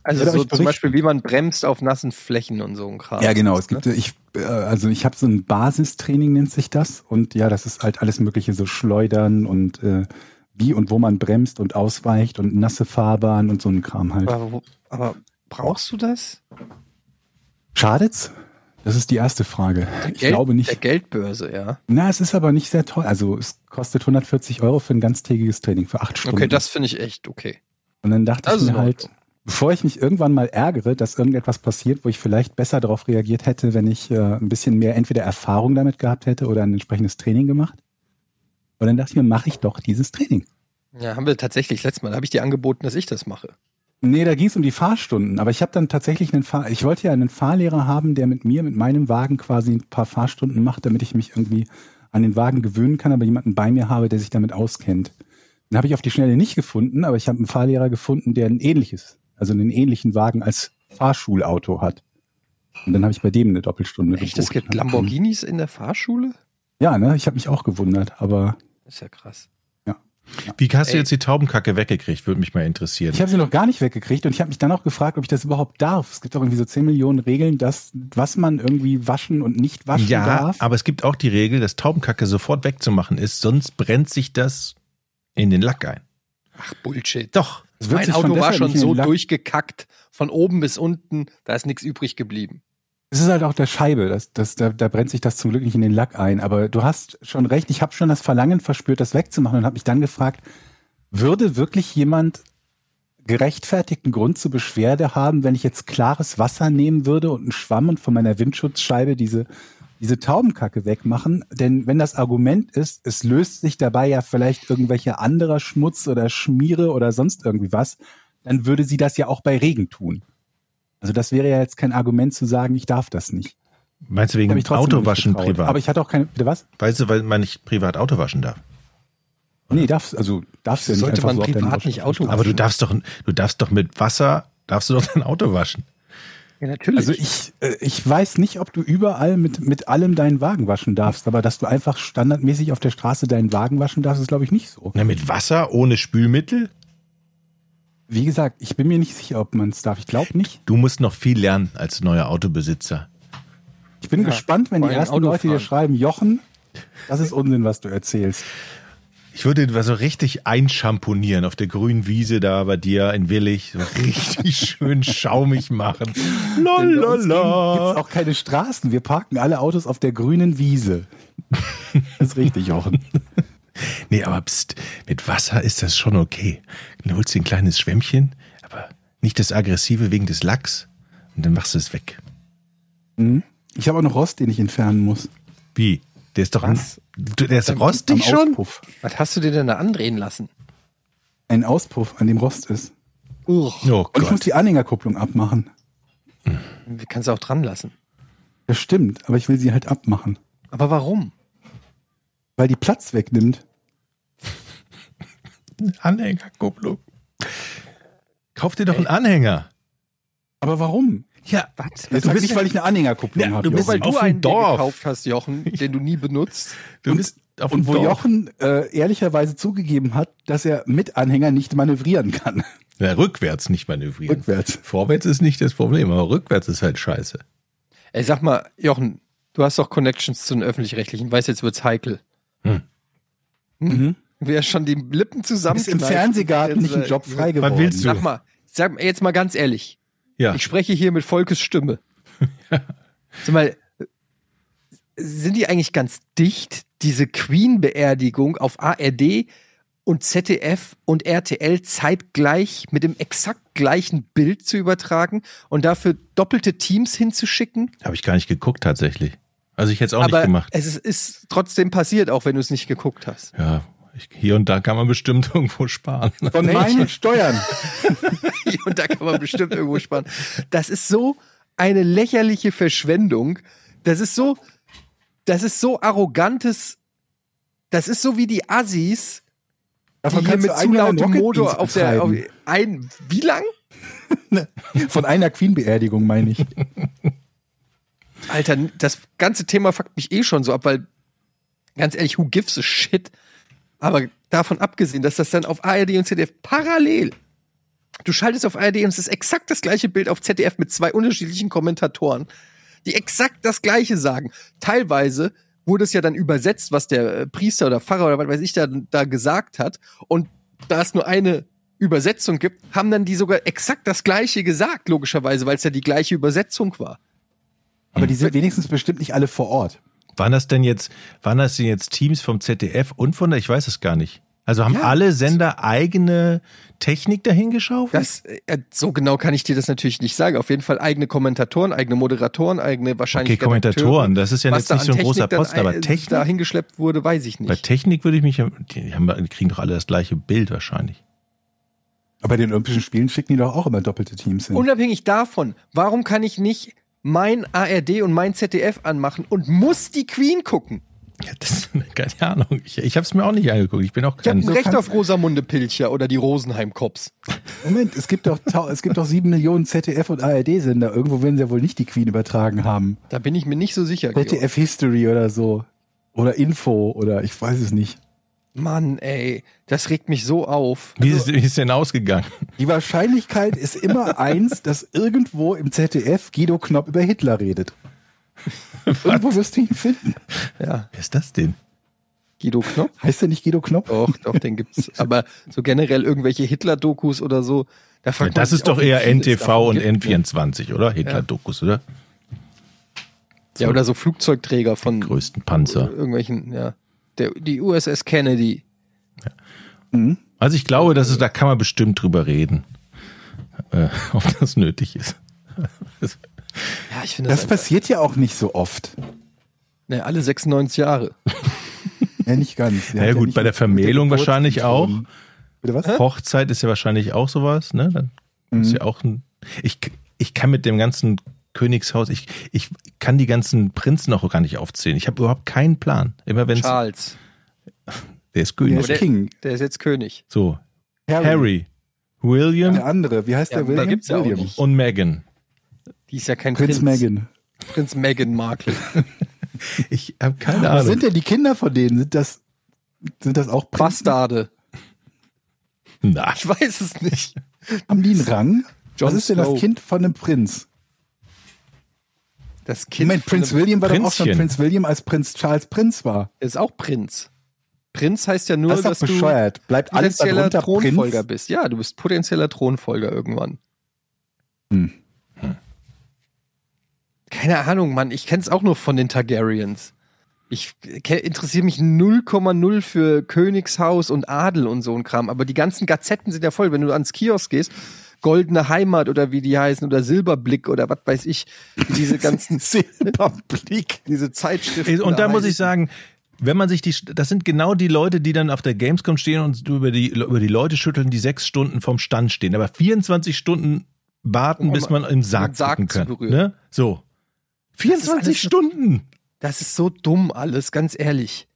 Also
Ja, aber
so
ich
zum
bericht-
Beispiel, wie man bremst auf nassen Flächen und so ein Kram.
Ja, genau. Es gibt, ich, äh, also ich habe so ein Basistraining, nennt sich das. Und ja, das ist halt alles Mögliche, so Schleudern und äh, wie und wo man bremst und ausweicht und nasse Fahrbahn und so ein Kram halt.
Aber, wo- aber brauchst du das?
Schadet's? Das ist die erste Frage. Ich
Geld-
glaube
Der
nicht.
Geldbörse, ja.
Na, es ist aber nicht sehr teuer. Also es kostet 140 Euro für ein ganztägiges Training für acht Stunden.
Okay, das finde ich echt okay.
und dann dachte
das
ich
ist
mir
in
halt, bevor ich mich irgendwann mal ärgere, dass irgendetwas passiert, wo ich vielleicht besser darauf reagiert hätte, wenn ich äh, ein bisschen mehr entweder Erfahrung damit gehabt hätte oder ein entsprechendes Training gemacht. Und dann dachte ich mir, mache ich doch dieses Training.
Ja, haben wir tatsächlich letztes Mal, habe ich dir angeboten, dass ich das mache.
Nee, da ging es um die Fahrstunden, aber ich habe dann tatsächlich einen Fahr ich wollte ja einen Fahrlehrer haben, der mit mir, mit meinem Wagen quasi ein paar Fahrstunden macht, damit ich mich irgendwie an den Wagen gewöhnen kann, aber jemanden bei mir habe, der sich damit auskennt. Den habe ich auf die Schnelle nicht gefunden, aber ich habe einen Fahrlehrer gefunden, der ein ähnliches, also einen ähnlichen Wagen als Fahrschulauto hat. Und dann habe ich bei dem eine Doppelstunde
Echt, es
gebucht.
gibt Lamborghinis in der Fahrschule?
Ja, ne, ich habe mich auch gewundert, aber
Ist ja krass.
Wie hast du
Ey.
jetzt die Taubenkacke weggekriegt? Würde mich mal interessieren.
Ich habe sie noch gar nicht weggekriegt und ich habe mich dann auch gefragt, ob ich das überhaupt darf. Es gibt doch irgendwie so 10 Millionen Regeln, dass was man irgendwie waschen und nicht waschen
ja,
darf.
aber es gibt auch die Regel, dass Taubenkacke sofort wegzumachen ist, sonst brennt sich das in den Lack ein.
Ach, Bullshit.
Doch.
Es wird
Mein
sich
Auto
deshalb
war schon
nicht in den
so
Lack-
durchgekackt, von oben bis unten, da ist nichts übrig geblieben.
Es ist halt auch der Scheibe, das, das, da, da brennt sich das zum Glück nicht in den Lack ein. Aber du hast schon recht, ich habe schon das Verlangen verspürt, das wegzumachen und habe mich dann gefragt, würde wirklich jemand gerechtfertigten Grund zur Beschwerde haben, wenn ich jetzt klares Wasser nehmen würde und einen Schwamm und von meiner Windschutzscheibe diese, diese Taubenkacke wegmachen? Denn wenn das Argument ist, es löst sich dabei ja vielleicht irgendwelcher anderer Schmutz oder Schmiere oder sonst irgendwie was, dann würde sie das ja auch bei Regen tun. Also das wäre ja jetzt kein Argument zu sagen, ich darf das nicht.
Meinst du
Hab
wegen
ich trotzdem
Autowaschen
nicht getraut.
privat?
Aber ich hatte auch keine. Bitte was?
weißt du, weil man nicht privat Auto waschen darf?
Nee, darfst also darfst du ja nicht
Sollte
einfach
man
so auf deinen
privat
Waschmaschine
nicht Auto
stellen.
Aber du darfst doch, du darfst doch mit Wasser, darfst du doch dein Auto waschen.
Ja, natürlich.
Also ich äh, ich weiß nicht, ob du überall mit mit allem deinen Wagen waschen darfst, aber dass du einfach standardmäßig auf der Straße deinen Wagen waschen darfst, ist glaube ich nicht so.
Na, mit Wasser, ohne Spülmittel?
Wie gesagt, ich bin mir nicht sicher, ob man es darf. Ich glaube nicht.
Du musst noch viel lernen als neuer Autobesitzer.
Ich bin
Ja,
gespannt, wenn
vor
die
allem
ersten Leute dir
Autofahren.
schreiben, Jochen, das ist Unsinn, was du erzählst.
Ich würde ihn so richtig einschamponieren auf der grünen Wiese da bei dir in Willig. So richtig schön schaumig machen.
Gibt's
Lalala.
auch keine Straßen. Wir parken alle Autos auf der grünen Wiese. Das ist richtig, Jochen.
Nee, aber pst, mit Wasser ist das schon okay. Dann holst du ein kleines Schwämmchen, aber nicht das Aggressive wegen des Lachs. Und dann machst du es weg.
Ich habe auch noch Rost, den ich entfernen muss.
Wie? Der ist doch.
Was?
Du, der ist
Am
rostig schon?
Auspuff.
Was hast du dir denn da andrehen lassen?
Ein Auspuff, an dem Rost ist.
Uch.
Oh
Und ich muss
Gott.
die Anhängerkupplung abmachen.
Kannst du auch dran lassen.
Das stimmt, aber ich will sie halt abmachen.
Aber warum?
weil die Platz wegnimmt.
Anhängerkupplung. Kauf dir doch
Äh,
einen Anhänger.
Aber warum?
Ja,
Jetzt
du
bist
bist
nicht, weil ich eine Anhängerkupplung
Ja,
habe.
du bist-
Jochen.
Weil
Auf
du halt
dem
einen dir
Dorf.
gekauft hast, Jochen, den du nie benutzt.
du bist auf
und
dem
wo
Dorf.
Jochen äh, ehrlicherweise zugegeben hat, dass er mit Anhänger nicht manövrieren kann.
Ja, rückwärts nicht manövrieren.
Rückwärts.
Vorwärts ist nicht das Problem, aber rückwärts ist halt scheiße.
Ey, sag mal, Jochen, du hast doch Connections zu den Öffentlich-Rechtlichen. Weiß jetzt wird's heikel.
Hm.
Mhm.
Wer schon die Lippen
Du
zusammen
bist im Fernsehgarten nicht ein Job frei geworden.
willst du?
äh, Sag mal, sag mal jetzt mal ganz ehrlich.
Ja,
Ich spreche hier mit Volkes Stimme. Sag mal, sind die eigentlich ganz dicht, diese Queen-Beerdigung auf ARD und ZDF und RTL zeitgleich mit dem exakt gleichen Bild zu übertragen und dafür doppelte Teams hinzuschicken?
habe ich gar nicht geguckt tatsächlich. Also ich hätte es auch
Aber
nicht gemacht.
es ist, ist trotzdem passiert, auch wenn du es nicht geguckt hast.
Ja, ich, hier und da kann man bestimmt irgendwo sparen.
Von
Welche?
meinen Steuern.
und da kann man bestimmt irgendwo sparen. Das ist so eine lächerliche Verschwendung. Das ist so, das ist so arrogantes, das ist so wie die Assis, die
Davon
hier
kannst
mit
du
zu
eigenen
lautem
Rocket
Motor
Beans
auf der, auf
betreiben.
ein, wie lang?
Von einer Queen-Beerdigung, meine ich.
Alter, das ganze Thema fuckt mich eh schon so ab, weil, ganz ehrlich, who gives a shit? Aber davon abgesehen, dass das dann auf ARD und ZDF parallel, du schaltest auf ARD und es ist exakt das gleiche Bild auf ZDF mit zwei unterschiedlichen Kommentatoren, die exakt das gleiche sagen. Teilweise wurde es ja dann übersetzt, was der äh, Priester oder Pfarrer oder was weiß ich da, da gesagt hat. Und da es nur eine Übersetzung gibt, haben dann die sogar exakt das gleiche gesagt, logischerweise, weil es ja die gleiche Übersetzung war.
Aber die sind wenigstens bestimmt nicht alle vor Ort.
Waren das denn jetzt, waren das denn jetzt Teams vom ZDF und von der, ich weiß es gar nicht. Also haben
Ja.
alle Sender eigene Technik dahin geschaufelt?
Das, äh, so genau kann ich dir das natürlich nicht sagen. Auf jeden Fall eigene Kommentatoren, eigene Moderatoren, eigene wahrscheinlich.
okay, Kommentatoren, das ist ja
Redakteure.
jetzt nicht so ein großer Posten,
dann,
aber
äh,
Technik,
Da hingeschleppt wurde, weiß ich
bei
nicht.
Technik würde ich mich, ja- die, haben, die kriegen doch alle das gleiche Bild wahrscheinlich.
Aber bei den Olympischen Spielen schicken die doch auch immer doppelte Teams hin.
Unabhängig davon, warum kann ich nicht mein ARD und mein ZDF anmachen und muss die Queen gucken?
Ja, das, keine Ahnung, ich, ich habe es mir auch nicht angeguckt, ich bin auch
Ich habe
kein,
ein Recht
kannst-
auf Rosamunde Pilcher oder die Rosenheim-Cops.
Moment, es gibt doch tau- es gibt doch sieben Millionen ZDF und ARD-Sender. Irgendwo werden sie ja wohl nicht die Queen übertragen haben.
Da bin ich mir nicht so sicher. Georg.
ZDF History oder so. Oder Info oder ich weiß es nicht.
Mann, ey, das regt mich so auf.
wie ist, wie ist denn ausgegangen?
Die Wahrscheinlichkeit ist immer eins, dass irgendwo im ZDF Guido Knopp über Hitler redet. Irgendwo wirst du ihn finden.
Ja,
Wer ist das denn?
Guido Knopf.
Heißt er nicht Guido Knopp?
Doch, doch, den gibt's. Aber so generell irgendwelche Hitler-Dokus oder so, da
Ja,
fragt man
das
sich
ist doch
auch, wie
eher
viel es
NTV
davon
und
gibt, ne?
N24, oder? Hitler-Dokus, oder?
Ja, oder so Flugzeugträger von
Größten Panzer.
Äh, irgendwelchen, ja. Der, die USS Kennedy.
Also ich glaube,
äh,
dass es, da kann man bestimmt drüber reden, äh, ob das nötig ist.
Ja, ich finde das,
Das
einfach-
passiert ja auch nicht so oft.
ne, alle 96 Jahre.
Ja, nicht ganz.
Na ja, gut, bei der Vermählung wahrscheinlich auch.
Bitte was?
Hochzeit ist ja wahrscheinlich auch sowas, ne? Dann
Mhm.
ist ja auch ein. Ich, ich kann mit dem ganzen Königshaus, ich, ich kann die ganzen Prinzen auch gar nicht aufzählen. Ich habe überhaupt keinen Plan. Immer wenn es.
Charles,
Der ist
Der
König.
ist King.
der ist jetzt König.
So. Harry, William
Der andere. Wie heißt
Ja,
der
da
William?
gibt's ja auch
William.
nicht.
und Meghan.
Die ist ja kein
Prinz
Prinz.
Megan.
Prinz Meghan Markle.
Ich habe keine
Was
Ahnung.
sind denn die Kinder von denen? Sind das, sind das auch Prinzen?
Bastarde.
Na,
Ich weiß es nicht.
Haben die einen Rang? was
Jon
ist denn
Snow.
das Kind von einem Prinz?
Das Kind
Moment,
von
Prinz
einem-
William war doch auch schon
Prinzchen.
Prinz William, als Prinz Charles Prinz war.
ist auch Prinz. Prinz heißt ja nur,
Das ist doch
dass du
bescheuert. Bleibt
halt
alles
potenzieller
darunter
Thronfolger
Prinz?
bist. Ja, du bist potenzieller Thronfolger irgendwann.
Hm.
Keine Ahnung, Mann. Ich kenne es auch nur von den Targaryens. Ich interessiere mich 0,0 für Königshaus und Adel und so ein Kram. Aber die ganzen Gazetten sind ja voll. Wenn du ans Kiosk gehst, Goldene Heimat oder wie die heißen oder Silberblick oder was weiß ich, wie diese ganzen
Silberblick.
diese Zeitschriften.
Ey, Und da muss
heißen.
ich sagen, wenn man sich die, das sind genau die Leute, die dann auf der Gamescom stehen und über die, über die Leute schütteln, die sechs Stunden vom Stand stehen, aber 24 Stunden warten,
Um
bis man im Sarg,
den Sarg
gucken
zu
kann.
berühren.
Ne? So.
Das ist alles
24
so-
Stunden!
Das ist so dumm alles, ganz ehrlich.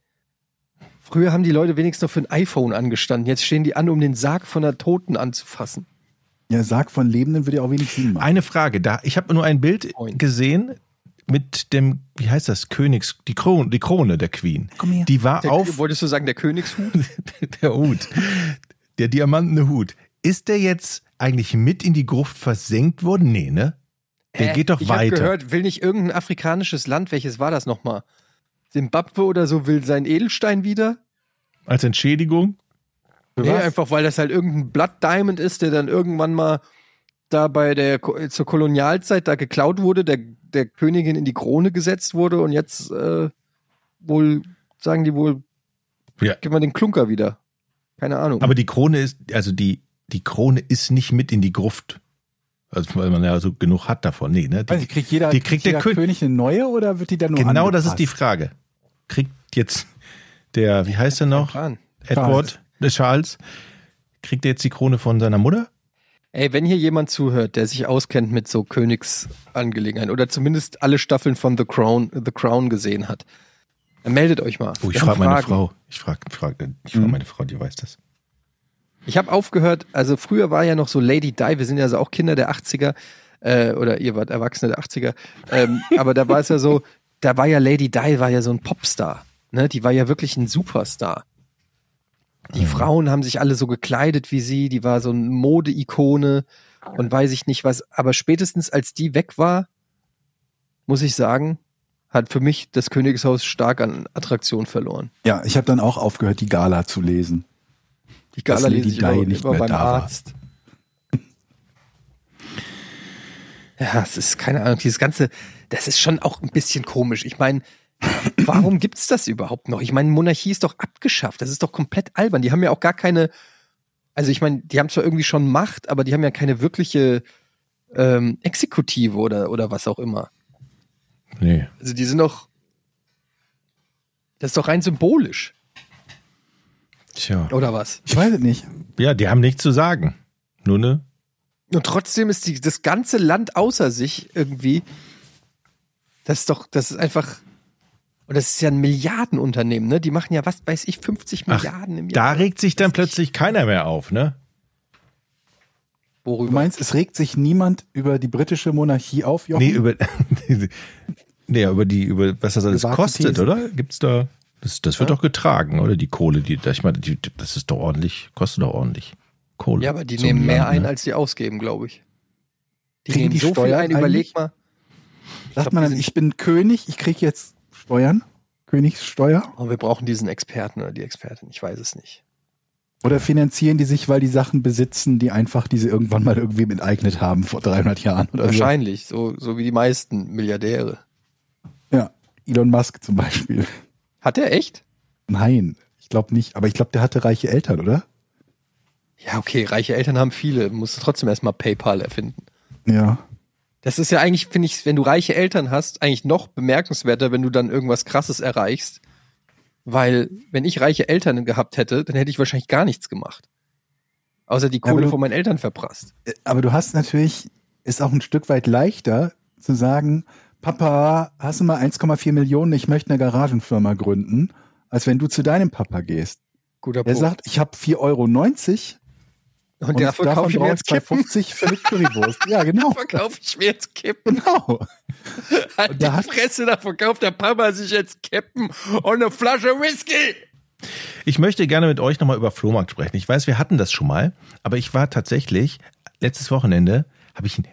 Früher haben die Leute wenigstens noch für ein iPhone angestanden. Jetzt stehen die an, um den Sarg von der Toten anzufassen.
Ja, Sarg von Lebenden würde ja auch wenig Sinn machen.
Eine Frage, da ich habe nur ein Bild
Moin.
gesehen mit dem, wie heißt das, Königs, die Krone, die Krone der Queen.
Komm her.
Die war
Der,
auf
Wolltest du sagen, der Königshut?
der Hut, der diamantene Hut. Ist der jetzt eigentlich mit in die Gruft versenkt worden? Nee, ne? Der
Hä?
geht doch
Äh, ich
weiter.
Ich gehört, will nicht irgendein afrikanisches Land, welches war das nochmal? Simbabwe oder so, will seinen Edelstein wieder?
Als Entschädigung?
Nee,
Was?
einfach weil das halt irgendein Blood Diamond ist, der dann irgendwann mal da bei der Ko- zur Kolonialzeit da geklaut wurde, der, der Königin in die Krone gesetzt wurde und jetzt äh, wohl, sagen die wohl,
Ja.
gib mal den Klunker wieder. Keine Ahnung.
Aber die Krone ist, also die, die Krone ist nicht mit in die Gruft. Also, weil man ja so genug hat davon. Nee, ne?
Also
Die,
kriegt jeder,
die kriegt der
jeder König eine neue oder wird die dann nur
genau das ist die
angepasst?
Frage. Kriegt jetzt der, wie heißt er noch?
Plan.
Edward, äh, Charles, kriegt er jetzt die Krone von seiner Mutter?
Ey, wenn hier jemand zuhört, der sich auskennt mit so Königsangelegenheiten oder zumindest alle Staffeln von The Crown, The Crown gesehen hat, dann meldet euch mal.
Oh, ich
Wir haben
frage meine
Fragen. Hm?
Frau. Ich frage frag, ich frag meine Frau, die weiß das.
Ich habe aufgehört, also früher war ja noch so Lady Di, wir sind ja also auch Kinder der 80er, äh, oder ihr wart Erwachsene der 80er, ähm, aber da war es ja so, da war ja Lady Di, war ja so ein Popstar, ne? die war ja wirklich ein Superstar. Die Frauen haben sich alle so gekleidet wie sie, die war so eine Mode-Ikone und weiß ich nicht was, aber spätestens als die weg war, muss ich sagen, hat für mich das Königshaus stark an Attraktion verloren.
Ja, ich habe dann auch aufgehört, die Gala zu lesen.
Die
Dass
Gala lese
Lady
ich immer,
Di nicht
immer
mehr
beim
da war.
Arzt. Ja, es ist keine Ahnung, dieses Ganze, das ist schon auch ein bisschen komisch. Ich meine, warum gibt's das überhaupt noch? Ich meine, Monarchie ist doch abgeschafft. Das ist doch komplett albern. Die haben ja auch gar keine, also ich meine, die haben zwar irgendwie schon Macht, aber die haben ja keine wirkliche ähm, Exekutive oder, oder was auch immer.
Nee.
Also die sind doch, das ist doch rein symbolisch,
Tja.
oder was?
Ich weiß es nicht.
Ja, die haben nichts zu sagen. Nur ne?
Und trotzdem ist die, das ganze Land außer sich irgendwie. Das ist doch, das ist einfach. Und das ist ja ein Milliardenunternehmen, ne? Die machen ja, was weiß ich, 50
Ach,
Milliarden im
Da
Jahr.
regt sich dann plötzlich keiner mehr auf, ne?
Du
Worüber?
meinst, es regt sich niemand über die britische Monarchie auf, Jochen?
Nee, über, nee, über die, über was das alles
Gewagte
kostet,
Thesen.
oder? Gibt's da. Das, das wird doch getragen, oder? Die Kohle, die, ich meine, die, das ist doch ordentlich, kostet doch ordentlich Kohle.
Ja, aber die
So
nehmen
ein
mehr
Land,
ein,
ne?
als sie ausgeben, glaube ich. Die
Kriegen
nehmen
die
so viel
Steuern
ein, überleg
eigentlich?
mal.
Sagt
glaub,
man
die
dann,
sind-
ich bin König, ich krieg jetzt Steuern? Königssteuer?
Oh, wir brauchen diesen Experten oder die Expertin, ich weiß es nicht.
Oder finanzieren die sich, weil die Sachen besitzen, die einfach diese irgendwann mal irgendwem enteignet haben vor 300 Jahren
Also
oder so?
Wahrscheinlich, so, so wie die meisten Milliardäre.
Ja, Elon Musk zum Beispiel.
Hat er echt?
Nein, ich glaube nicht. Aber ich glaube, der hatte reiche Eltern, oder?
Ja, okay, reiche Eltern haben viele, musst du trotzdem erstmal PayPal erfinden.
Ja.
Das ist ja eigentlich, finde ich, wenn du reiche Eltern hast, eigentlich noch bemerkenswerter, wenn du dann irgendwas Krasses erreichst. Weil, wenn ich reiche Eltern gehabt hätte, dann hätte ich wahrscheinlich gar nichts gemacht. Außer die
Ja, aber
Kohle
du-
von meinen Eltern verprasst.
Äh, Aber du hast natürlich, ist auch ein Stück weit leichter zu sagen, Papa, hast du mal 1,4 Millionen, ich möchte eine Garagenfirma gründen, als wenn du zu deinem Papa gehst.
Guter
Der
Punkt.
sagt, ich habe 4,90 Euro
und, dafür kaufe ich mir jetzt Kippen.
2,50 für eine Currywurst. ja, genau.
Verkaufe ich mir jetzt Kippen.
Genau.
Halt
da
die
hat-
Fresse, da verkauft der Papa sich jetzt Kippen und eine Flasche Whisky.
Ich möchte gerne mit euch nochmal über Flohmarkt sprechen. Ich weiß, wir hatten das schon mal, aber ich war tatsächlich, letztes Wochenende habe ich, ein-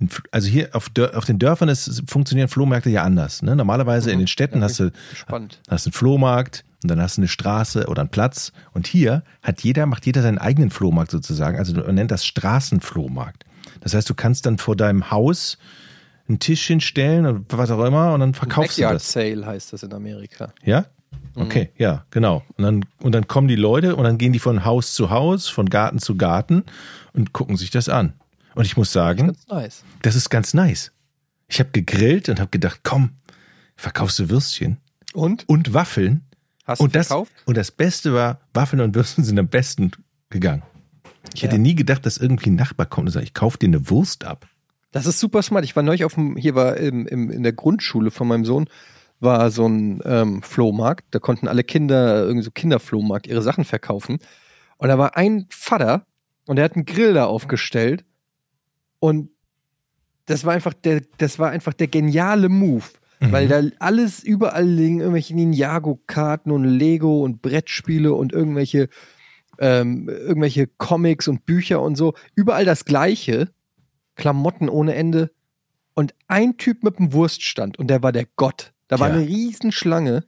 ein Fl- also hier auf, Dör- auf den Dörfern ist, funktionieren Flohmärkte ja anders. Ne? Normalerweise
Mhm.
in den Städten hast du
Spannend.
Dann hast du einen Flohmarkt und dann hast du eine Straße oder einen Platz. Und hier hat jeder, macht jeder seinen eigenen Flohmarkt sozusagen. Also man nennt das Straßenflohmarkt. Das heißt, du kannst dann vor deinem Haus einen Tisch hinstellen und was auch immer und dann verkaufst du
Backyard
das.
Sale heißt das in Amerika.
Ja? Okay, ja, genau. Und dann, und dann kommen die Leute und dann gehen die von Haus zu Haus, von Garten zu Garten und gucken sich das an. Und ich muss sagen,
Ganz nice.
das ist ganz nice. Ich habe gegrillt und habe gedacht, komm, verkaufst du Würstchen
Und?
und Waffeln
Hast
und
du
das,
verkauft?
und das Beste war, Waffeln und Würsten sind am besten gegangen. Ich hätte
Ja.
nie gedacht, dass irgendwie ein Nachbar kommt und sagt, ich kaufe dir eine Wurst ab.
Das ist super smart. Ich war neulich auf dem, hier war im, im, in der Grundschule von meinem Sohn, war so ein ähm, Flohmarkt. Da konnten alle Kinder, irgendwie so Kinderflohmarkt, ihre Sachen verkaufen. Und da war ein Vater und der hat einen Grill da aufgestellt. Und das war einfach der, das war einfach der geniale Move. Mhm. Weil
Mhm.
da alles, überall liegen irgendwelche Ninjago-Karten und Lego und Brettspiele und irgendwelche, ähm, irgendwelche Comics und Bücher und so. Überall das Gleiche. Klamotten ohne Ende. Und ein Typ mit einem Wurststand und der war der Gott. Da war
Ja.
eine Riesenschlange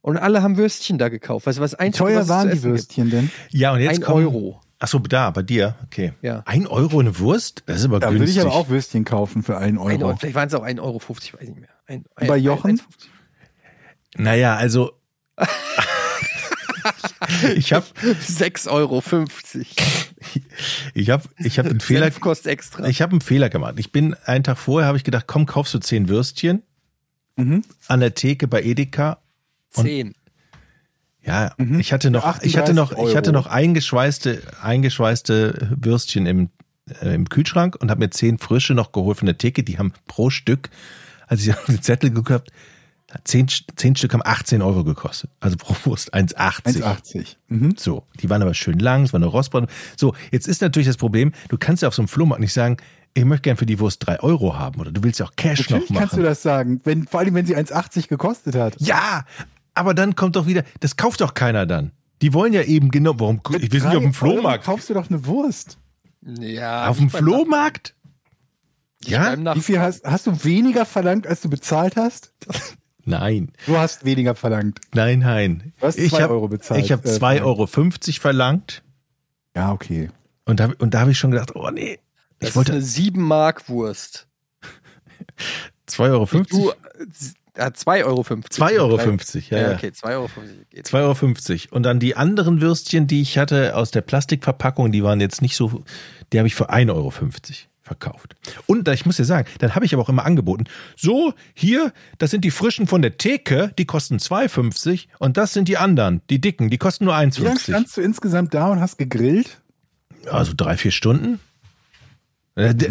und alle haben Würstchen da gekauft. Weißt du, was
Wie
ein
teuer waren die Würstchen denn?
Ja, und jetzt
Ein
kommen-
Euro.
Ach so, da, bei dir. Okay.
Ja.
Ein Euro eine Wurst? Das ist aber
Da würde
günstig.
ich aber auch Würstchen kaufen für einen
Ein
Euro.
Euro. Vielleicht waren es auch 1,50 Euro, weiß ich nicht mehr. Ein, ein,
Bei Jochen?
1,50.
naja, also. ich habe
6,50 Euro.
ich hab, ich hab einen Fehler
Senf kostet extra.
Ich habe einen Fehler gemacht. Ich bin einen Tag vorher, habe ich gedacht, komm, kaufst du zehn Würstchen
Mhm.
an der Theke bei Edeka. und-
10.
Ja,
Mhm.
ich hatte noch, ich hatte noch, ich hatte noch eingeschweißte, eingeschweißte Würstchen im, äh, im Kühlschrank und habe mir zehn frische noch geholt von der Theke. Die haben pro Stück, als ich auf den Zettel geguckt habe, zehn, zehn Stück haben 18 Euro gekostet. Also pro Wurst 1,80.
1,80. Mhm.
So, die waren aber schön lang, es war eine Rostbraten. So, jetzt ist natürlich das Problem, du kannst ja auf so einem Flohmarkt nicht sagen, ich möchte gern für die Wurst drei Euro haben oder du willst ja auch Cash noch
Natürlich
machen.
kannst du das sagen, wenn, vor allem wenn sie 1,80 gekostet hat.
ja, aber dann kommt doch wieder, das kauft doch keiner dann. Die wollen ja eben genau, warum, ich will nicht auf dem
Drei Euro
Flohmarkt.
kaufst du doch eine Wurst.
Ja,
Auf dem Flohmarkt? Ja?
Wie viel hast, hast du weniger verlangt, als du bezahlt hast?
Nein,
Du hast weniger verlangt.
nein, nein.
Du hast
ich
zwei
hab-
Euro bezahlt,
Ich habe
äh,
2,50
Frank.
Euro verlangt
Ja, okay.
und da, und da habe ich schon gedacht, oh nee,
Das
ich wollte
ist eine 7-Mark-Wurst.
2,50 Euro.
Du, äh, äh, 2,50 Euro.
2,50 Euro, ja, ja.
Ja, okay, 2,50 Euro geht.
2,50 Euro. Und dann die anderen Würstchen, die ich hatte aus der Plastikverpackung, die waren jetzt nicht so, die habe ich für 1,50 Euro verkauft. Und da- ich muss dir sagen, dann habe ich aber auch immer angeboten, so, hier, das sind die frischen von der Theke, die kosten 2,50 und das sind die anderen, die dicken, die kosten nur
Wie lange
1,50.
standst du insgesamt da und hast gegrillt?
Also drei, vier Stunden. Äh, d-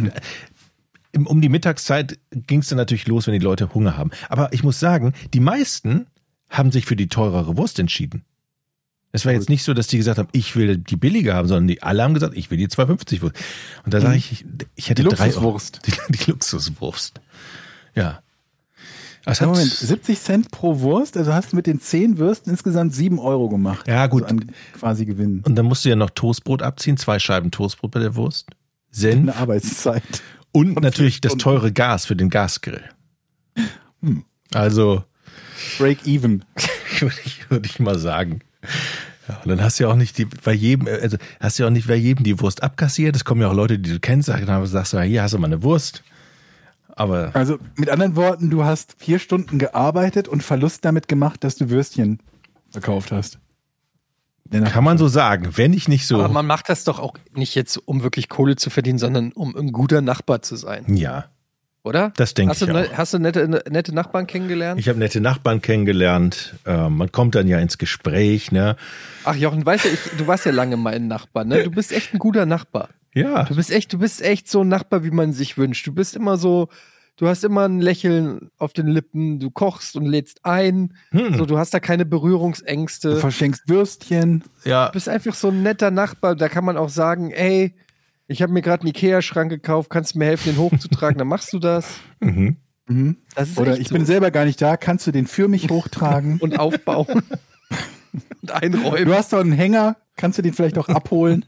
im- Um die Mittagszeit ging es dann natürlich los, wenn die Leute Hunger haben. Aber ich muss sagen, die meisten haben sich für die teurere Wurst entschieden. Es war jetzt nicht so, dass die gesagt haben, ich will die billige haben, sondern die alle haben gesagt, ich will die 250 Wurst. Und da sage ich, ich, ich hätte
Mhm. Die
drei Euro.
Luxuswurst.
Die, die Luxuswurst. Ja. Das
Ja,
hat,
Moment, 70 Cent pro Wurst, also hast du mit den 10 Würsten insgesamt 7 Euro gemacht.
Ja, gut.
Also an quasi Gewinn.
und dann musst du ja noch Toastbrot abziehen, zwei Scheiben Toastbrot bei der Wurst. Senf
Eine Arbeitszeit.
und natürlich das teure Gas für den Gasgrill.
Hm.
Also,
Break even.
würde ich, würde ich mal sagen. Ja, und dann hast du ja auch nicht die, bei jedem, äh, also hast du ja auch nicht bei jedem die Wurst abkassiert. Es kommen ja auch Leute, die du kennst, sagen, dann sagst du, ja, hier hast du mal eine Wurst. Aber
Also mit anderen Worten, du hast vier Stunden gearbeitet und Verlust damit gemacht, dass du Würstchen verkauft hast. Lennart,
kann man so sagen, wenn ich nicht
Aber
so.
man macht das doch auch nicht jetzt, um wirklich Kohle zu verdienen, sondern um ein guter Nachbar zu sein,
Ja,
oder?
das denke
Hast du,
ich
ne,
auch.
hast du nette, nette Nachbarn kennengelernt?
Ich habe nette Nachbarn kennengelernt. Ähm, man kommt dann ja ins Gespräch, ne?
Ach Jochen, weißt du, ich, du warst ja lange mein Nachbar, ne? Du bist echt ein guter Nachbar.
Ja.
Du bist echt, du bist echt so ein Nachbar, wie man sich wünscht. Du bist immer so, du hast immer ein Lächeln auf den Lippen, du kochst und lädst ein, so,
Hm.
du hast da keine
du
Berührungsängste.
verschenkst Würstchen.
Ja.
Du bist einfach so ein netter Nachbar, da kann man auch sagen, ey, ich habe mir gerade einen Ikea-Schrank gekauft, kannst du mir helfen, den hochzutragen, dann machst du das.
Mhm.
Mhm.
das ist
Oder
echt
ich
so.
bin selber gar nicht da, kannst du den für mich hochtragen?
Und aufbauen. und einräumen.
Du hast doch einen Hänger, kannst du den vielleicht auch abholen?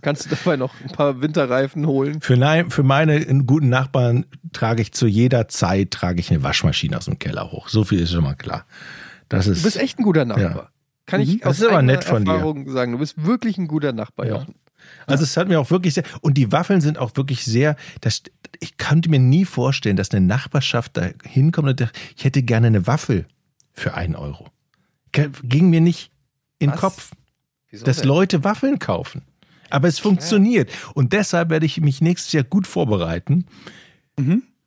Kannst du dabei noch ein paar Winterreifen holen.
Für, nein, für meine guten Nachbarn trage ich zu jeder Zeit trage ich eine Waschmaschine aus dem Keller hoch. So viel ist schon mal klar. Das ist
Du bist echt ein guter Nachbar.
Ja. Mhm.
Kann ich
Das
aus
ist aber
eigener
nett von dir.
Erfahrung sagen. Du bist wirklich ein guter Nachbar,
Ja.
Jochen.
Also es hat mir auch wirklich sehr und die Waffeln sind auch wirklich sehr. Das, ich konnte mir nie vorstellen, dass eine Nachbarschaft da hinkommt und sagt, ich hätte gerne eine Waffel für einen Euro. Ge- Ging mir nicht in den
Was?
Kopf,
Wieso
dass
denn?
Leute Waffeln kaufen. Aber es funktioniert und deshalb werde ich mich nächstes Jahr gut vorbereiten.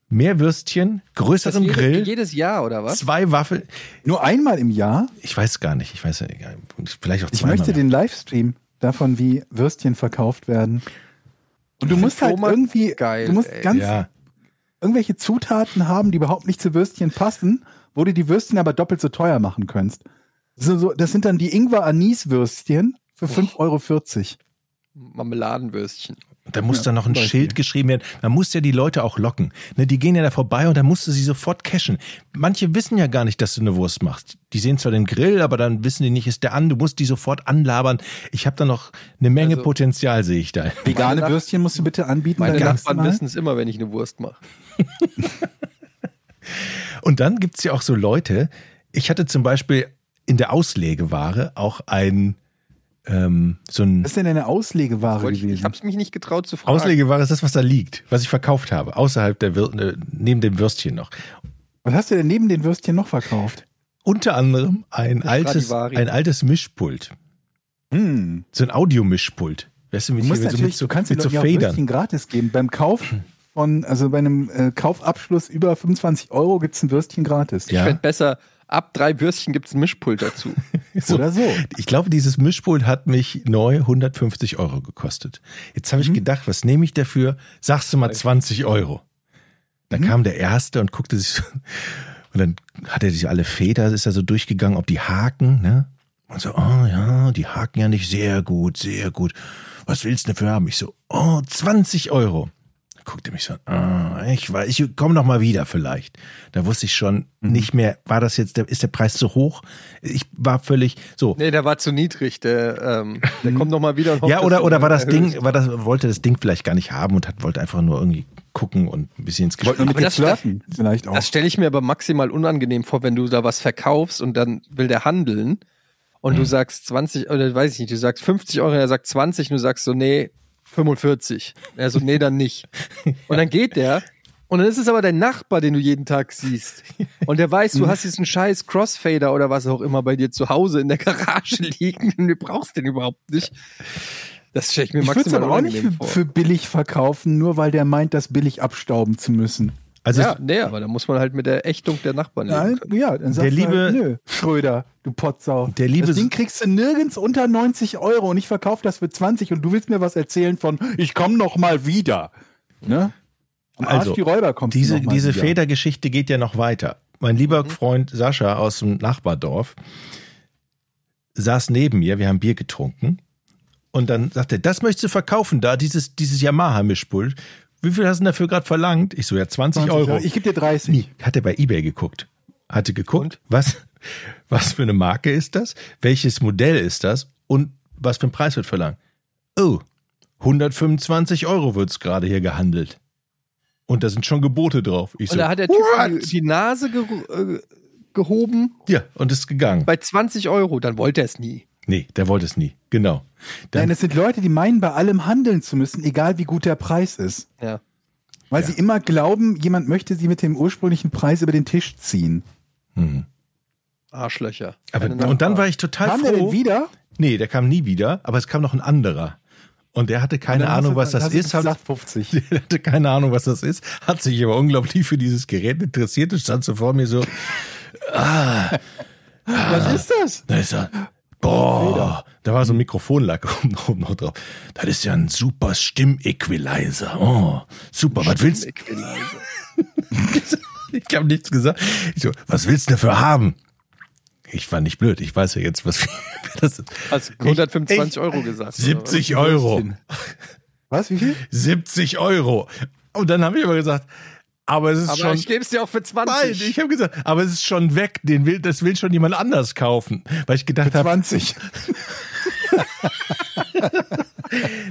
Mehr Würstchen,
Mhm. Das
größeren
jede-
Grill,
Jedes Jahr oder was?
zwei Waffeln.
Nur einmal im Jahr?
Ich weiß gar nicht, ich weiß ja, vielleicht auch
Ich
zweimal.
möchte
mehr.
den Livestream davon, wie Würstchen verkauft werden. Und du musst halt
Flohmarkt
irgendwie,
geil,
du musst
ey.
ganz
ja,
irgendwelche Zutaten haben, die überhaupt nicht zu Würstchen passen, wo du die Würstchen aber doppelt so teuer machen könntest. So, so, das sind dann die Ingwer-Anis-Würstchen für 5,40 Euro.
Marmeladenwürstchen.
Da muss dann noch ein
zum Beispiel.
Schild geschrieben werden. Man muss ja die Leute auch locken. Ne, die gehen ja da vorbei und dann musst du sie sofort cashen. Manche wissen ja gar nicht, dass du eine Wurst machst. Die sehen zwar den Grill, aber dann wissen die nicht, ist der an. Du musst die sofort anlabern. Ich habe da noch eine Menge
Also-
Potenzial, sehe ich da.
Vegane
Nach-
Würstchen musst du bitte anbieten.
Meine
beim nächsten
Nachbarn
Mal.
wissen es immer, wenn ich eine Wurst mache.
Und dann gibt's ja auch so Leute. Ich hatte zum Beispiel in der Auslegeware auch ein, ähm, so ein
Was ist denn eine Auslegeware
Wollte Ich, ich
gewesen?
habe es mich nicht getraut zu fragen.
Auslegeware ist das, was da liegt, was ich verkauft habe, außerhalb der Wür äh, neben dem Würstchen noch.
Was hast du denn neben den Würstchen noch verkauft?
Unter anderem ein
Eine
altes,
Stradivari.
ein altes Mischpult.
Hm.
So ein Audiomischpult. Weißt du, mit,
Du, musst
hier, mit, so-
natürlich,
mit so,
du kannst
mit
den
so
Leuten ja auch
Federn.
Würstchen gratis geben. Beim Kauf von, also bei einem äh, Kaufabschluss über 25 Euro gibt es ein Würstchen gratis.
Ja.
Ich fänd besser, ab drei Würstchen gibt es ein Mischpult dazu.
So.
Oder so.
Ich glaube, dieses Mischpult hat mich neu 150 Euro gekostet. Jetzt habe ich gedacht, was nehme ich dafür? Sagst du mal 20 Euro. Da kam der Erste und guckte sich so, und dann hat er sich alle Feder, ist er so durchgegangen, ob die haken, ne? Und so, oh ja, die haken ja nicht, sehr gut, sehr gut. Was willst du dafür haben? Ich so, oh, 20 Euro. Da guckte er mich so, an, ah, ich weiß, ich komm noch mal wieder vielleicht. Da wusste ich schon nicht mehr, war das jetzt, der- ist der Preis zu hoch? Ich war völlig so.
Nee, der war zu niedrig. Der, ähm, der kommt nochmal wieder. Und hofft,
Ja,
dass
oder,
du
oder
ihn
war das
erhöhst.
Ding, war das, wollte das Ding vielleicht gar nicht haben und hat, wollte einfach nur irgendwie gucken und ein bisschen ins
Wollten wir
Gespräch.
mit
Aber
dir
das- das-
flirten vielleicht auch.
Das stelle ich mir aber maximal unangenehm vor, wenn du da was verkaufst und dann will der handeln und
Mhm.
du sagst 20, oder weiß ich nicht, du sagst 50 Euro und er sagt 20 und du sagst so, nee, 45. Er so, nee, dann nicht. Und dann geht der und dann ist es aber dein Nachbar, den du jeden Tag siehst. Und der weiß,
Mhm.
du hast diesen scheiß Crossfader oder was auch immer bei dir zu Hause in der Garage liegen und du brauchst den überhaupt nicht. Das stelle ich mir
Ich würde es
maximal
aber auch nicht
unangenehm
für,
vor.
für billig verkaufen, nur weil der meint, das billig abstauben zu müssen.
Also
ja, nee, aber da muss man halt mit der Ächtung der Nachbarn leben
Nein,
können.
ja, dann sagst
Der
du halt,
liebe-
nö, Schröder, du Potsau.
Der liebe-
das Ding kriegst du nirgends unter 90 Euro und ich verkaufe das für 20 und du willst mir was erzählen von, ich komme noch mal wieder. Ne? Am
Also,
Arsch die Räuber kommst du
diese,
noch mal
diese
wieder.
Federgeschichte geht ja noch weiter. Mein lieber Freund Sascha aus dem Nachbardorf saß neben mir, wir haben Bier getrunken. Und dann sagte er, das möchtest du verkaufen da, dieses, dieses Yamaha-Mischpult. Wie viel hast du denn dafür gerade verlangt? Ich so, ja, 20,
20
Euro.
Ich gebe dir 30.
hat er bei eBay geguckt. Hatte geguckt, was, was für eine Marke ist das, welches Modell ist das und was für ein Preis wird verlangt. Oh, 125 Euro wird's gerade hier gehandelt. Und da sind schon Gebote drauf. Ich so,
Und da hat der Typ halt- die, die Nase ge äh, gehoben
ja, und ist gegangen.
bei 20 Euro. Dann wollte er es nie.
Nee, der wollte es nie. Genau. Dann,
Nein, es sind Leute, die meinen, bei allem handeln zu müssen, egal wie gut der Preis ist.
Ja.
Weil
Ja.
sie immer glauben, jemand möchte sie mit dem ursprünglichen Preis über den Tisch ziehen.
Mhm.
Arschlöcher.
aber, und dann war ich total
Kam
froh.
der denn wieder?
Nee, der kam nie wieder, aber es kam noch ein anderer. Und der hatte keine
Dann hast
Ahnung,
du-
was das
hast du
ist. hat-
gesagt, 50.
Der hatte keine Ahnung, was das ist, hat sich aber unglaublich für dieses Gerät interessiert und stand so vor mir so,
Was ist das?
da ist er, boah, da war so ein Mikrofonlack oben, oben noch drauf. Das ist ja ein super Stimmequalizer. Oh, super, was willst du? Ich habe nichts gesagt. Ich so, was willst du dafür haben? Ich war nicht blöd, ich weiß ja jetzt, was das ist.
Hast
Ich-
125
ich-
Euro gesagt. oder
70 Euro.
Was? Wie viel?
70 Euro. Und dann habe ich aber gesagt, aber es ist
was? Aber
schon.
ich gebe es dir auch für 20.
Nein, ich habe gesagt, aber es ist schon weg. Den will, das will schon jemand anders kaufen. Weil ich gedacht habe,
20.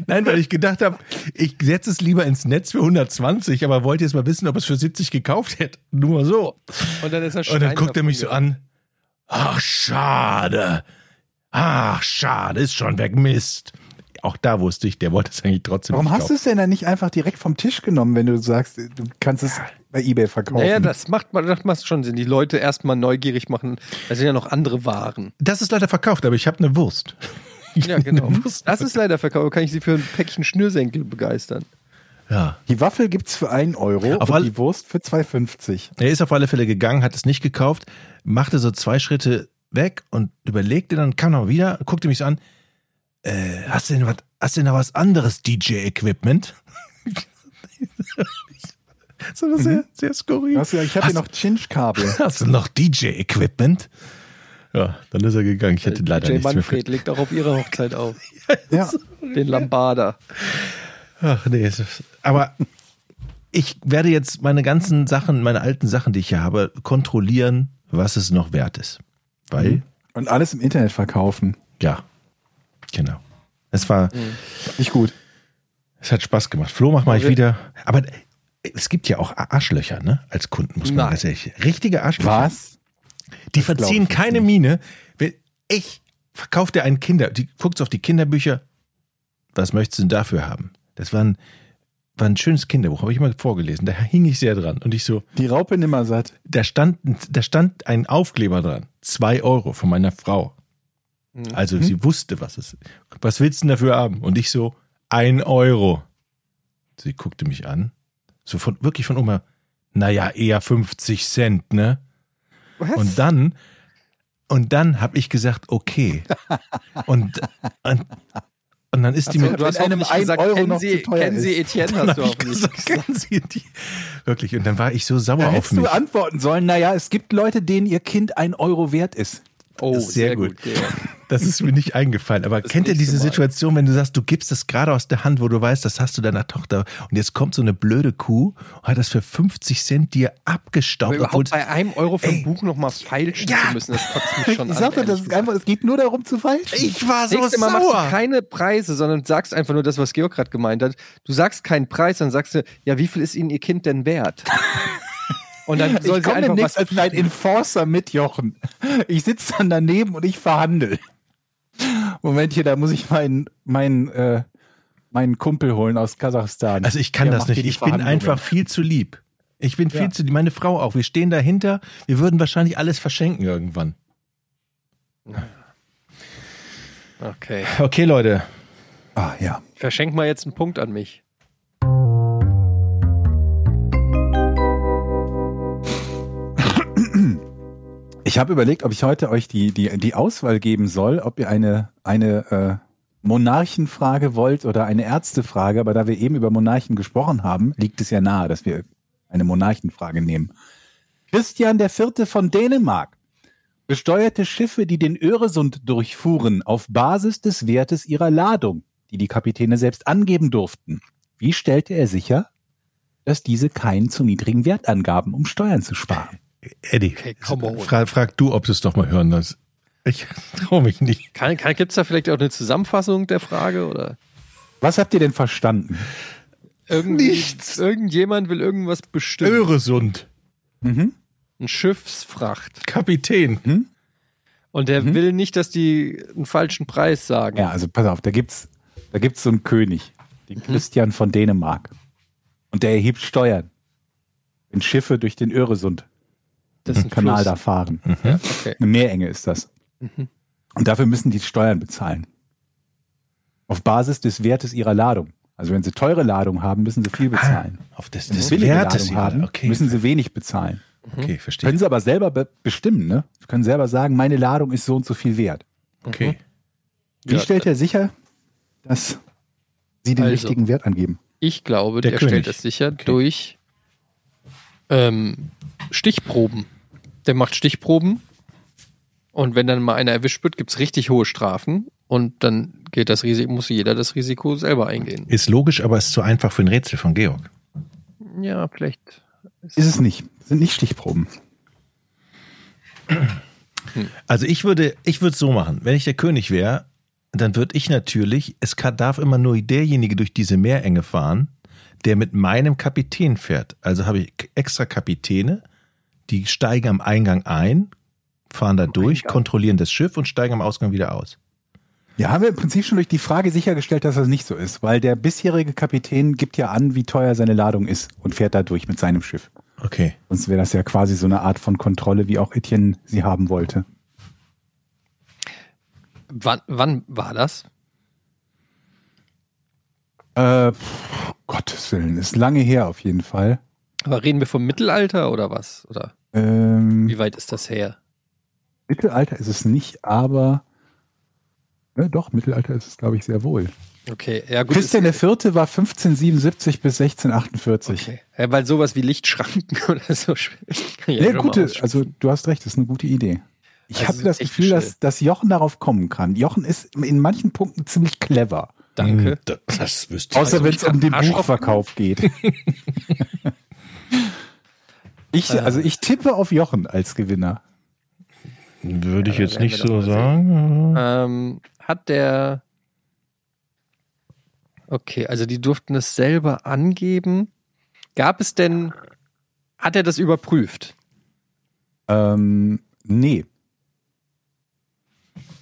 nein, weil ich gedacht habe, ich setze es lieber ins Netz für 120, aber wollte jetzt mal wissen, ob es für 70 gekauft hätte. Nur mal so.
und dann ist er
Und
Stein
dann guckt er
davon
mich so
gegangen.
an. Ach, schade. Ach, schade, ist schon weg. Mist. Auch da wusste ich, der wollte es eigentlich trotzdem
Warum
nicht
hast du
kaufen.
es denn dann nicht einfach direkt vom Tisch genommen, wenn du sagst, du kannst es bei Ebay verkaufen?
Naja, das macht, man, das macht schon Sinn. Die Leute erstmal neugierig machen. Da sind ja noch andere Waren.
Das ist leider verkauft, aber ich habe eine Wurst. Ich
Ja,
hab eine
genau.
Wurst.
Das ist leider verkauft. aber Kann ich sie für ein Päckchen Schnürsenkel begeistern?
Ja.
die Waffel gibt's für 1 Euro
Auf all-
und die Wurst für 2,50.
Er ist auf alle Fälle gegangen, hat es nicht gekauft, machte so zwei Schritte weg und überlegte dann, kam noch wieder, guckte mich so an. Äh, hast du denn was, hast du denn noch was anderes DJ-Equipment? Das war sehr, sehr skurril.
Weißt Mhm. du, ich habe hier noch Chinch-Kabel.
Hast du noch DJ-Equipment? Ja, dann ist er gegangen. Ich
Äh,
hätte leider
Jay
nichts mehr.
Manfred
für-
legt auch auf ihrer Hochzeit auf.
ja.
Den Lambada.
Ach nee, es ist- aber ich werde jetzt meine ganzen Sachen, meine alten Sachen, die ich hier habe, kontrollieren, was es noch wert ist. Weil,
Und alles im Internet verkaufen.
ja, genau. Es war,
Nicht gut.
es hat Spaß gemacht. Flo, mach mal ich
wir-
wieder. Aber es gibt ja auch Arschlöcher, ne? Als Kunden muss man
Nein.
ganz ehrlich. Richtige Arschlöcher.
Was?
Die
glaub
verziehen
ich jetzt
keine Miene. Wenn ich verkauft dir einen Kinder, die guckt auf die Kinderbücher. Was möchtest du denn dafür haben? Das war ein, war ein schönes Kinderbuch, habe ich immer vorgelesen. Da hing ich sehr dran. Und ich so,
Die Raupe nimmer satt.
da stand, da stand ein Aufkleber dran. Zwei Euro von meiner Frau.
Mhm.
Also sie wusste, was es ist. Was willst du denn dafür haben? Und ich so, ein Euro. Sie guckte mich an. So von, wirklich von Oma. Naja, eher 50 Cent, ne?
Was?
Und dann, und dann habe ich gesagt, okay. Und, und, und dann ist die
Also,
mir.
du hast
Wenn einem
hoffentlich
ein
gesagt,
Euro
kennen
noch
Sie,
zu teuer
kennen Sie Etienne,
Dann
hast du
hab ich
auch nicht.
gesagt, kennen Sie die? Wirklich. Und dann war ich so sauer
Da
auf
hättest
mich.
du antworten sollen, naja, es gibt Leute, denen ihr Kind ein Euro wert ist.
Oh,
ist sehr gut.
Georg.
Das ist mir nicht eingefallen. Aber
Das
kennt ihr
nächste
diese
Mal.
Situation, wenn du sagst, du gibst das gerade aus der Hand, wo du weißt, das hast du deiner Tochter und jetzt kommt so eine blöde Kuh und hat das für 50 Cent dir
Aber
abgestaubt. obwohl-
überhaupt bei einem Euro für ein
Ey.
Buch nochmal feilschen zu müssen, das kotzt mich schon
Ich
an.
sagte, das
ehrlich
ist
gesagt.
einfach, es geht nur darum zu falschen.
ich war so
Nächstes Mal machst du
sauer.
keine Preise, sondern sagst einfach nur das, was Georg gerade gemeint hat. Du sagst keinen Preis, dann sagst du, ja, wie viel ist Ihnen Ihr Kind denn wert? Und dann soll
Ich
sie
komme
einfach was
demnächst als ein Enforcer mit Jochen. Ich sitze dann daneben und ich verhandel. Moment hier, da muss ich meinen meinen äh, meinen Kumpel holen aus Kasachstan.
Also ich kann
Der
das
macht dir
nicht.
die
Ich bin
Verhandlungen.
einfach viel zu lieb. Ich bin viel
Ja.
zu lieb. Meine Frau auch. Wir stehen dahinter. Wir würden wahrscheinlich alles verschenken irgendwann.
Okay.
Okay, Leute.
Ah ja.
Verschenk mal jetzt einen Punkt an mich.
Ich habe überlegt, ob ich heute euch die, die, die Auswahl geben soll, ob ihr eine, eine äh, Monarchenfrage wollt oder eine Ärztefrage, aber da wir eben über Monarchen gesprochen haben, liegt es ja nahe, dass wir eine Monarchenfrage nehmen. Christian IV. von Dänemark besteuerte Schiffe, die den Öresund durchfuhren, auf Basis des Wertes ihrer Ladung, die die Kapitäne selbst angeben durften. Wie stellte er sicher, dass diese keinen zu niedrigen Wert angaben, um Steuern zu sparen?
Eddie,
Okay, come on.
fra frag du, ob du es doch mal hören lässt. Ich traue mich nicht.
Kann, kann, Gibt es da vielleicht auch eine Zusammenfassung der Frage? Oder
Was habt ihr denn verstanden?
irgendwie, Nichts. irgendjemand will irgendwas bestimmen?
Öresund,
Mhm.
Ein Schiffsfracht.
Kapitän.
Und der
Mhm.
will nicht, dass die einen falschen Preis sagen.
Ja, also pass auf, da gibt's, da gibt's so einen König,
Mhm.
den Christian von Dänemark. Und der erhebt Steuern, wenn Schiffe durch den Öresund,
das ist
den
ein
Kanal
Kanal
da fahren.
Mhm.
Ja, okay.
Eine Meerenge ist das.
Mhm.
Und dafür müssen die Steuern bezahlen. Auf Basis des Wertes ihrer Ladung. Also wenn sie teure Ladung haben, müssen sie viel bezahlen.
Auf das,
Wenn sie
Ah, das
billige
Wert ist
Ladung
ja.
haben,
Okay,
müssen sie wenig bezahlen.
okay, verstehe.
Können sie aber selber be bestimmen, ne? Sie können selber sagen, meine Ladung ist so und so viel wert.
Okay.
Wie
Ja, äh,
stellt er sicher, dass sie den
Also.
richtigen Wert angeben?
Ich glaube,
Der
der,
König.
stellt das sicher durch ähm, Stichproben. Der macht Stichproben und wenn dann mal einer erwischt wird, gibt es richtig hohe Strafen und dann geht das Risiko, muss jeder das Risiko selber eingehen.
Ist logisch, aber ist zu einfach für ein Rätsel von Georg.
Ja, vielleicht.
Ist es nicht. Das sind nicht Stichproben.
Also ich würde, ich würde es so machen. Wenn ich der König wäre, dann würde ich natürlich, es kann, darf immer nur derjenige durch diese Meerenge fahren, der mit meinem Kapitän fährt. Also habe ich extra Kapitäne, die steigen am Eingang ein, fahren da durch,
Eingang.
kontrollieren das Schiff und steigen am Ausgang wieder aus.
Ja, haben wir im Prinzip schon durch die Frage sichergestellt, dass das nicht so ist, weil der bisherige Kapitän gibt ja an, wie teuer seine Ladung ist und fährt da durch mit seinem Schiff.
Okay.
Sonst wäre das ja quasi so eine Art von Kontrolle, wie auch Etienne sie haben wollte.
Wann, wann war das?
Äh, pff, Gottes Willen, ist lange her auf jeden Fall.
Aber reden wir vom Mittelalter oder was? Oder
Ähm,
wie weit ist das her?
Mittelalter ist es nicht, aber Ne, doch, Mittelalter ist es, glaube ich, sehr wohl.
Okay, ja gut.
Christian IV. war 1577 bis 1648.
Okay. Ja, weil sowas wie Lichtschranken oder so. kann ich
Ja,
schon mal
gute,
aussprechen.
also du hast recht, das ist eine gute Idee. Ich
Also
habe das
echt
Gefühl,
schnell.
dass, dass Jochen darauf kommen kann. Jochen ist in manchen Punkten ziemlich clever. hm.
Danke.
Hm, Das, das wüsste
Außer wenn es um den
Arschloch.
Buchverkauf geht. ich,
Äh.
also ich tippe auf Jochen als Gewinner.
ich. Würde ich
Ja,
jetzt
werden
nicht
wir
so
doch mal
sagen.
Ähm, hat der. Okay, also die durften es selber angeben. Gab es denn. Hat er das überprüft?
Ähm, nee.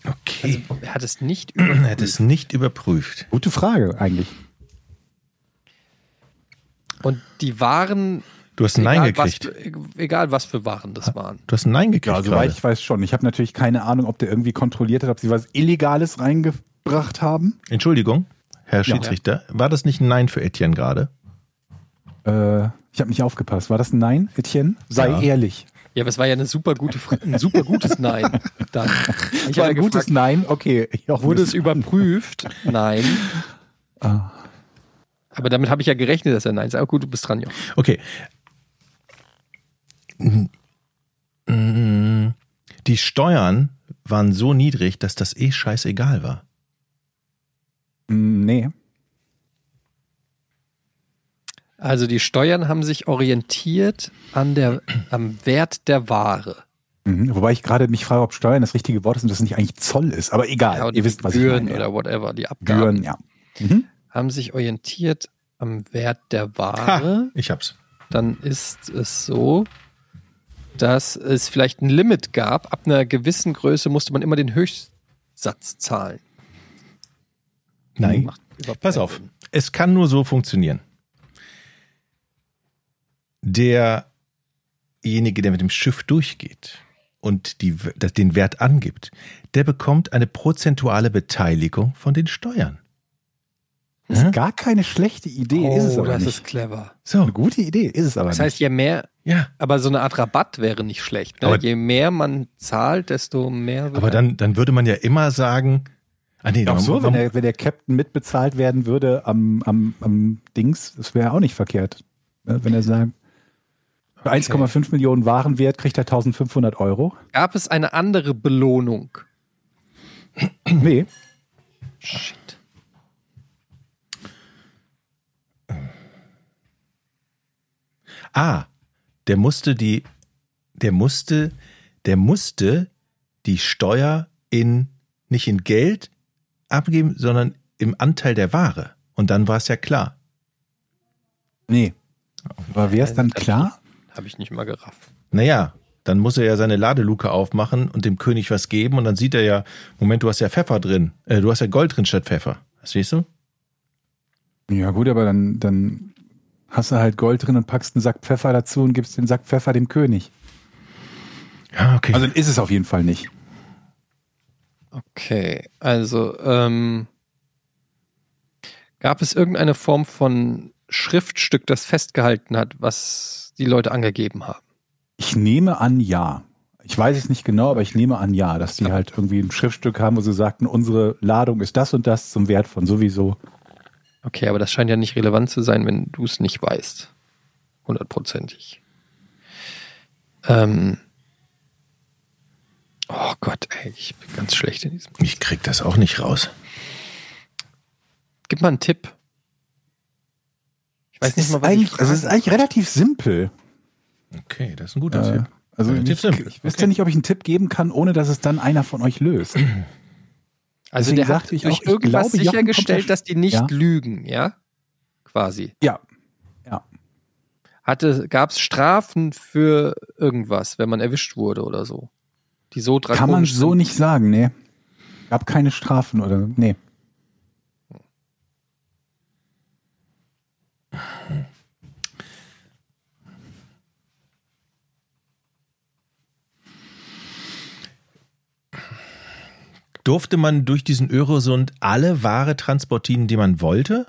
Okay.
Er hat es nicht
Er hat
überprüft.
es nicht überprüft.
Gute Frage eigentlich.
Und die Waren.
Du hast ein Nein
egal, was
gekriegt.
für, e-, egal was für Waren das waren.
Du hast ein Nein gekriegt.
Ja, also soweit
gerade.
ich weiß schon. Ich habe natürlich keine Ahnung, ob der irgendwie kontrolliert hat, ob sie was Illegales reingebracht haben.
Entschuldigung, Herr
Ja.
Schiedsrichter, war das nicht ein Nein für Etienne gerade?
Äh, ich habe nicht aufgepasst. War das ein Nein, Etienne? Sei
Ja.
ehrlich.
Ja, aber es war ja eine super gute, Fra- ein super gutes Nein. Dann. Ich
war
habe
ein gutes
gefragt,
Nein. Okay. Jochen
wurde
ist
es überprüft? Nein.
Ah.
Aber damit habe ich ja gerechnet, dass er Nein sagt. Aber gut, du bist dran, Jochen.
Okay. Mm, Die Steuern waren so niedrig, dass das eh scheißegal war.
Mm, Nee.
Also die Steuern haben sich orientiert an der, am Wert der Ware.
Mhm. Wobei ich gerade mich frage, ob Steuern das richtige Wort ist und das nicht eigentlich Zoll ist. Aber egal,
Ja, und
Ah, ihr wisst, was
Gebühren
ich meine.
oder whatever, die Abgaben
Gebühren, ja. Mhm.
haben sich orientiert am Wert der
Ah.
Ware.
Ich hab's.
Dann ist es so, dass es vielleicht ein Limit gab. Ab einer gewissen Größe musste man immer den Höchstsatz zahlen.
Nein.
Macht überhaupt
Pass
keinen
auf,
Sinn.
es kann nur so funktionieren. Derjenige, der mit dem Schiff durchgeht und die, das- den Wert angibt, der bekommt eine prozentuale Beteiligung von den Steuern. Hä?
Ist gar keine schlechte Idee,
Oh,
ist es aber
das
nicht.
ist clever.
So,
Eine gute Idee, ist es aber
Das heißt, je mehr,
ja.
aber so eine Art Rabatt wäre nicht schlecht. Ne?
Aber-
je mehr man zahlt, desto mehr wird
Aber dann, dann würde man ja immer sagen, ah nee,
nicht. Auch
man-
Also so,
man-
wenn der, wenn der Captain mitbezahlt werden würde am, am, am Dings, das wäre auch nicht verkehrt. Ne, Wenn er sagt, für 1,5 Millionen Warenwert kriegt er 1500 Euro.
gab es eine andere Belohnung.
Nee,
Shit.
ah, der musste die, der musste, der musste die Steuer in, nicht in Geld abgeben, sondern im Anteil der Ware. Und dann war es ja klar.
nee. Also Aber wäre es dann klar?
Habe ich nicht mal gerafft.
Naja, dann muss er ja seine Ladeluke aufmachen und dem König was geben und dann sieht er ja, Moment, du hast ja Pfeffer drin, äh, du hast ja Gold drin statt Pfeffer. Siehst du?
Ja, gut, aber dann, dann hast du halt Gold drin und packst einen Sack Pfeffer dazu und gibst den Sack Pfeffer dem König.
Ja, okay.
Also ist es auf jeden Fall nicht.
Okay, also ähm, gab es irgendeine Form von Schriftstück, das festgehalten hat, was die Leute angegeben haben?
Ich nehme an, ja. Ich weiß es nicht genau, aber ich nehme an, ja, dass die halt irgendwie ein Schriftstück haben, wo sie sagten, unsere Ladung ist das und das zum Wert von sowieso.
Okay, aber das scheint ja nicht relevant zu sein, wenn du es nicht weißt. Hundertprozentig. Ähm. Oh Gott, ey, ich bin ganz schlecht in diesem.
ich krieg das auch nicht raus.
Gib mal einen Tipp. Ich weiß nicht mal, was ich
eigentlich, also es ist
frage.
eigentlich relativ simpel.
Okay, das ist ein guter
Äh,
Tipp.
also
Relativ
ich,
simpel.
ich wüsste nicht, ob ich einen Tipp geben kann, ohne dass es dann einer von euch löst.
Also
Deswegen
der hat
sagte ich
durch
auch, ich
irgendwas
glaube, Jochen kommt
sichergestellt,
da-
dass die nicht
Ja.
lügen, ja? Quasi.
Ja.
Hatte, gab es Strafen für irgendwas, wenn man erwischt wurde oder so? Die so dran
Kann man so nicht sagen, nee. Gab keine Strafen oder nee.
Durfte man durch diesen Öresund alle Ware transportieren, die man wollte?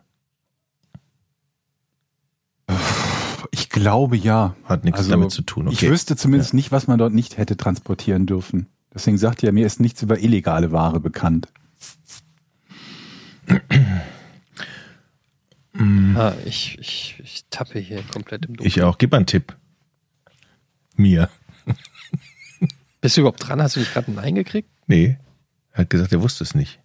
Ich glaube ja.
Hat nichts
Also,
damit zu tun.
Ich wüsste zumindest nicht, was man dort nicht hätte transportieren dürfen. Deswegen sagt ihr, mir ist nichts über illegale Ware bekannt.
Ah, ich, ich, ich tappe hier komplett im Dunkeln.
Ich auch. Gib mal einen Tipp. Mir.
Bist du überhaupt dran? Hast du nicht gerade ein Nein gekriegt?
Nee. Er hat gesagt, er wusste es nicht.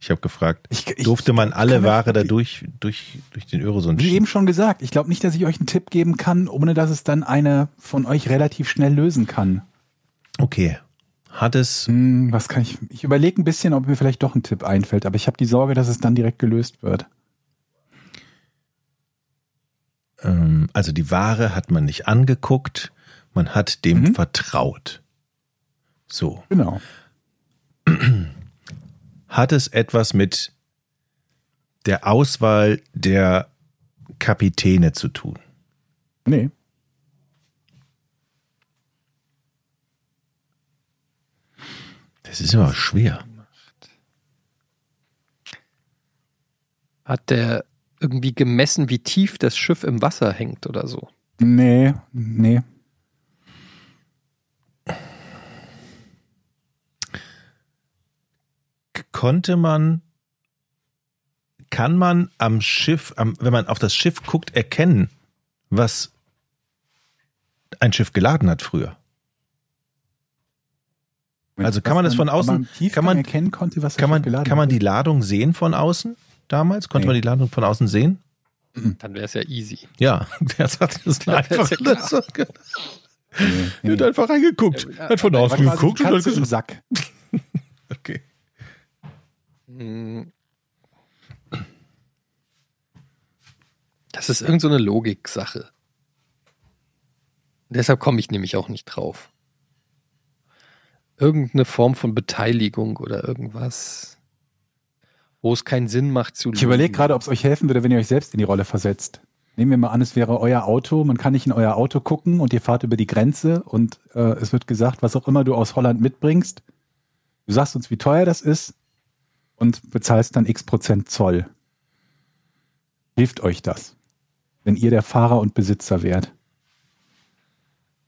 Ich habe gefragt,
Ich, ich,
durfte man alle
kann mir-
Ware da durch, durch, durch den Eurozone
wie
schieben?
eben schon gesagt, ich glaube nicht, dass ich euch einen Tipp geben kann, ohne dass es dann einer von euch relativ schnell lösen kann.
Okay. Hat es.
Hm, was kann ich? Ich überlege ein bisschen, ob mir vielleicht doch ein Tipp einfällt, aber ich habe die Sorge, dass es dann direkt gelöst wird.
Ähm, also die Ware hat man nicht angeguckt, man hat dem
Mhm.
vertraut. So.
Genau.
Hat es etwas mit der Auswahl der Kapitäne zu tun?
Nee.
Das ist immer schwer.
Hat der irgendwie gemessen, wie tief das Schiff im Wasser hängt oder so?
Nee, nee.
konnte man, kann man am Schiff, am, wenn man auf das Schiff guckt, erkennen, was ein Schiff geladen hat früher? Also kann man das
Was
von außen-
aber am Tiefgang
kann man-
erkennen konnte, was
Kann man,
geladen
kann man
hat.
die Ladung sehen von außen damals? Konnte man
Nee.
die Ladung von außen sehen?
Dann wäre es ja easy.
Ja, der hat das einfach,
ist ja klar.
das hat
Nee, nee, nee.
einfach reingeguckt.
Ja,
Hat von
War
außen
quasi
geguckt
die
und hat
Katze im
gesagt,
Sack.
okay.
Hm. Das ist irgendeine so eine Logiksache. Deshalb komme ich nämlich auch nicht drauf. Irgendeine Form von Beteiligung oder irgendwas, wo es keinen Sinn macht zu
Ich überlege
lügen.
gerade, ob es euch helfen würde, wenn ihr euch selbst in die Rolle versetzt. Nehmen wir mal an, es wäre euer Auto, man kann nicht in euer Auto gucken und ihr fahrt über die Grenze und äh, es wird gesagt, was auch immer du aus Holland mitbringst, du sagst uns, wie teuer das ist und bezahlst dann x Prozent Zoll. Hilft euch das, wenn ihr der Fahrer und Besitzer wärt?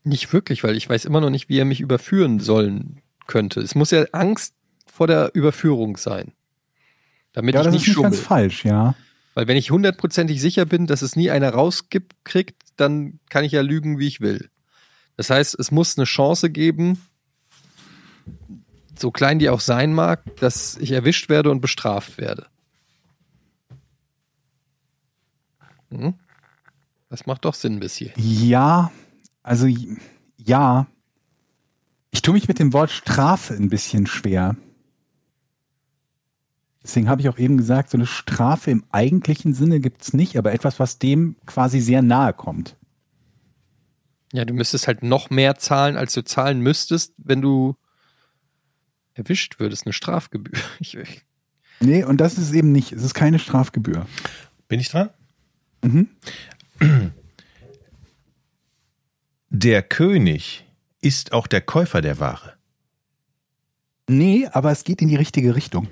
Nicht wirklich, weil ich weiß immer noch nicht, wie er mich überführen sollen könnte. Es muss ja Angst vor der Überführung sein. Damit
Ja,
ich
das
nicht
ist nicht
schummel.
ganz falsch, ja.
Weil wenn ich hundertprozentig sicher bin, dass es nie einer rauskriegt, dann kann ich ja lügen, wie ich will. Das heißt, es muss eine Chance geben, so klein die auch sein mag, dass ich erwischt werde und bestraft werde. Hm? Das macht doch Sinn bis hier.
Ja, also j- ja. Ich tue mich mit dem Wort Strafe ein bisschen schwer. Deswegen habe ich auch eben gesagt, so eine Strafe im eigentlichen Sinne gibt es nicht, aber etwas, was dem quasi sehr nahe kommt.
Ja, du müsstest halt noch mehr zahlen, als du zahlen müsstest, wenn du erwischt würdest, eine Strafgebühr. Ich, ich,
Nee, und das ist eben nicht. Es ist keine Strafgebühr.
Bin ich dran?
Mhm.
Der König ist auch der Käufer der Ware.
Nee, aber es geht in die richtige Richtung.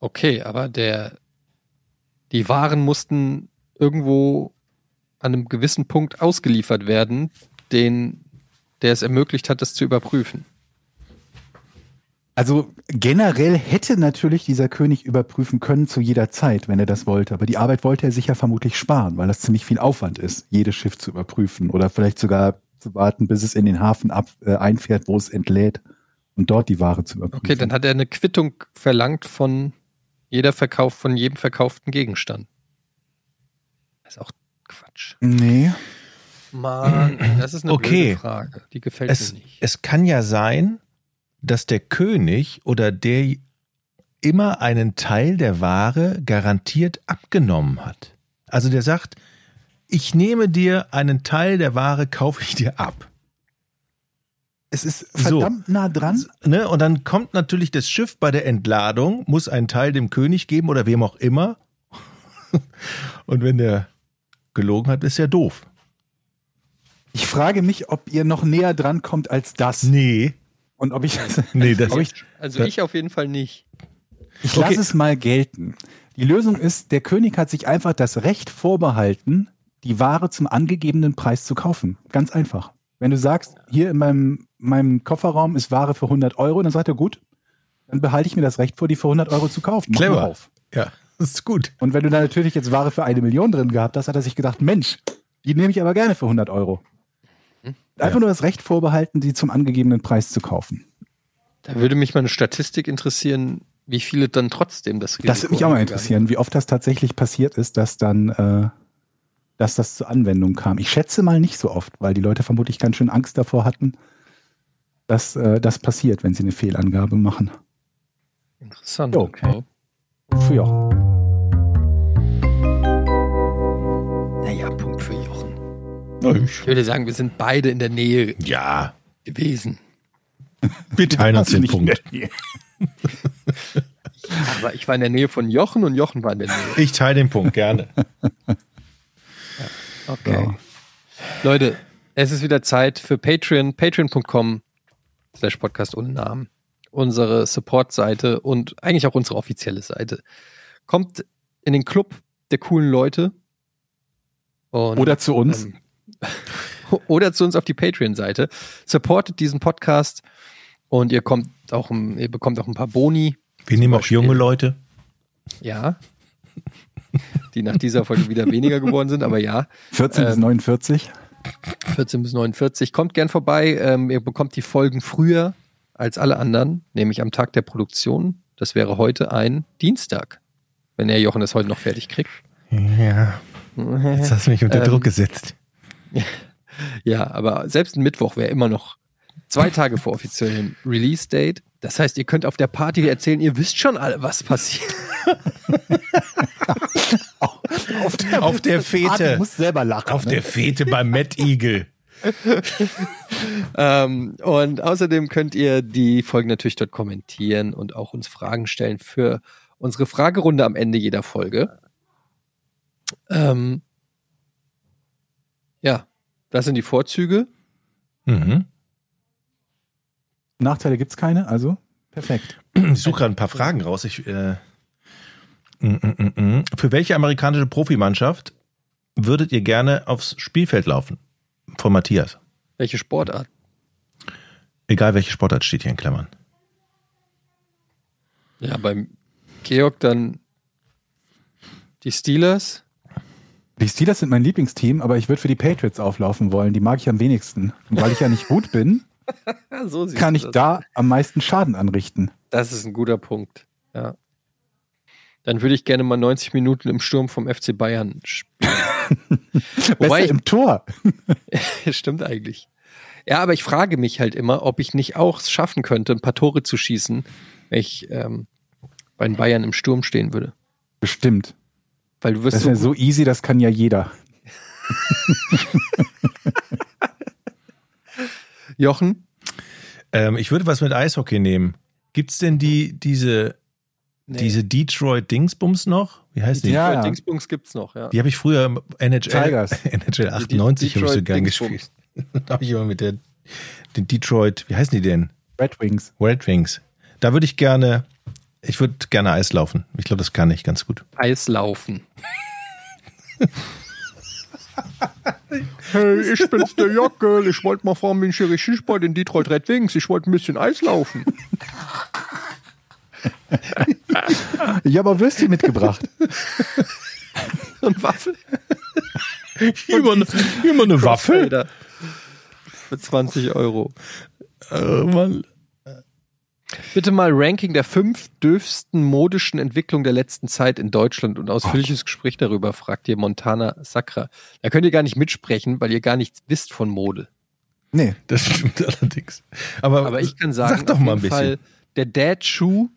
Okay, aber der, die Waren mussten irgendwo an einem gewissen Punkt ausgeliefert werden, den, der es ermöglicht hat, das zu überprüfen.
Also generell hätte natürlich dieser König überprüfen können zu jeder Zeit, wenn er das wollte. Aber die Arbeit wollte er sich ja vermutlich sparen, weil das ziemlich viel Aufwand ist, jedes Schiff zu überprüfen oder vielleicht sogar zu warten, bis es in den Hafen ab, äh, einfährt, wo es entlädt und dort die Ware zu überprüfen.
Okay, dann hat er eine Quittung verlangt von jeder Verkauf, von jedem verkauften Gegenstand. Das ist auch Quatsch.
nee.
Mann, das ist eine
Okay.
blöde Frage. Die gefällt
es,
mir nicht.
es kann ja sein, dass der König oder der immer einen Teil der Ware garantiert abgenommen hat. Also der sagt, ich nehme dir einen Teil der Ware, kaufe ich dir ab.
Es ist
So.
verdammt nah dran.
Ne? Und dann kommt natürlich das Schiff bei der Entladung, muss einen Teil dem König geben oder wem auch immer. Und wenn der gelogen hat, ist ja doof.
Ich frage mich, ob ihr noch näher dran kommt als das.
Nee,
Und ob ich
nee, das,
ob ich
Also ich auf jeden Fall nicht.
Ich
Okay.
lasse es mal gelten. Die Lösung ist, der König hat sich einfach das Recht vorbehalten, die Ware zum angegebenen Preis zu kaufen. Ganz einfach. Wenn du sagst, hier in meinem, meinem Kofferraum ist Ware für 100 Euro, dann sagt er, gut, dann behalte ich mir das Recht vor, die für 100 Euro zu kaufen. Mach
Clever.
mal Auf.
ja. Das ist gut.
Und wenn du da natürlich jetzt Ware für eine Million drin gehabt hast, hat er sich gedacht, Mensch, die nehme ich aber gerne für 100 Euro.
Hm?
Einfach nur das Recht vorbehalten, die zum angegebenen Preis zu kaufen.
Da würde mich mal eine Statistik interessieren, wie viele dann trotzdem das
Das würde
Risiko
mich auch mal
eingegangen
interessieren, wie oft das tatsächlich passiert ist, dass dann, äh, dass das zur Anwendung kam. Ich schätze mal nicht so oft, weil die Leute vermutlich ganz schön Angst davor hatten, dass äh, das passiert, wenn sie eine Fehlangabe machen.
sind. Interessant.
Jo.
Okay.
Für Jochen.
Naja, Punkt für Jochen.
Ich-
Ich würde sagen, wir sind beide in der Nähe
Ja,
gewesen.
wir teilen uns den Punkt.
Aber ich war in der Nähe von Jochen und Jochen war in der Nähe.
Ich teile den Punkt gerne.
Okay. Leute, es ist wieder Zeit für Patreon, patreon.com slash podcast ohne Namen. Unsere Support-Seite und eigentlich auch unsere offizielle Seite. Kommt in den Club der coolen Leute. Und
Oder zu uns.
ähm, oder zu uns auf die Patreon-Seite. Supportet diesen Podcast und ihr kommt auch, ein- ihr bekommt auch ein paar Boni,
Wir nehmen auch
Beispiel.
junge Leute.
ja, die nach dieser Folge wieder weniger geworden sind, aber ja,
14 bis
ähm,
49.
14 bis 49. Kommt gern vorbei. Ähm, ihr bekommt die Folgen früher als alle anderen, nämlich am Tag der Produktion. Das wäre heute ein Dienstag, wenn er Jochen das heute noch fertig kriegt.
Ja, jetzt hast du mich unter
Ähm,
Druck gesetzt.
Ja, aber selbst ein Mittwoch wäre immer noch zwei Tage vor offiziellem Release-Date. Das heißt, ihr könnt auf der Party erzählen, ihr wisst schon alle, was passiert.
Auf der,
Auf der
Fete.
Fete.
muss selber lachen.
Auf
ne?
der Fete beim Mad Eagle.
ähm, und außerdem könnt ihr die Folgen natürlich dort kommentieren und auch uns Fragen stellen für unsere Fragerunde am Ende jeder Folge. Ähm, ja, das sind die Vorzüge.
Mhm.
Nachteile gibt es keine, also perfekt.
Ich suche gerade ein paar Fragen raus. Ich, äh, mm, mm, mm, mm. Für welche amerikanische Profimannschaft würdet ihr gerne aufs Spielfeld laufen? Von Matthias.
Welche Sportart?
Egal welche Sportart steht hier in Klammern.
Ja, beim Georg dann die Steelers.
Die Steelers sind mein Lieblingsteam, aber ich würde für die Patriots auflaufen wollen. Die mag ich am wenigsten. Und weil ich ja nicht gut bin,
Ja, so siehst
kann
du
ich
das.
da am meisten Schaden anrichten.
Das ist ein guter Punkt. Ja. Dann würde ich gerne mal 90 Minuten im Sturm vom FC Bayern spielen. Wobei,
Besser im Tor.
stimmt eigentlich. Ja, aber ich frage mich halt immer, ob ich nicht auch es schaffen könnte, ein paar Tore zu schießen, wenn ich ähm, bei den Bayern im Sturm stehen würde.
Bestimmt.
Weil du wirst
Das
so
wäre so easy, das kann ja jeder.
gut. Jochen,
Ähm, ich würde was mit Eishockey nehmen. Gibt's denn die, diese,
nee,
diese Detroit Dingsbums noch? Wie heißt die?
Detroit
Ja, ja.
Dingsbungs gibt's noch, ja.
Die habe ich früher im NHL,
Tigers.
NHL
Die
98 habe ich so
Detroit
gern
Dingsbums.
gespielt. da habe ich immer mit der den Detroit, wie heißen die denn?
Red Wings.
Red Wings. Da würde ich gerne, ich würde gerne Eis laufen. Ich glaube, das kann ich ganz gut.
Eislaufen.
Hey, ich bin's der
genau.
Jockel. Ich wollte mal fragen, bin ich hier richtig bei den Detroit Red Wings? Ich wollte ein bisschen Eis laufen.
Ich habe auch Würstchen mitgebracht.
Und Waffel.
Immer, immer eine Waffe.
Alter. Für 20 Euro.
Äh,
Bitte mal Ranking der fünf dürfsten modischen Entwicklung der letzten Zeit in Deutschland und ausführliches Gespräch darüber, fragt ihr Montana Sacra. Da könnt ihr gar nicht mitsprechen, weil ihr gar nichts wisst von Mode.
Nee,
Das stimmt allerdings. Aber,
Aber ich kann sagen,
sag doch
auf
mal ein
jeden
bisschen.
Fall, der Dad-Schuh,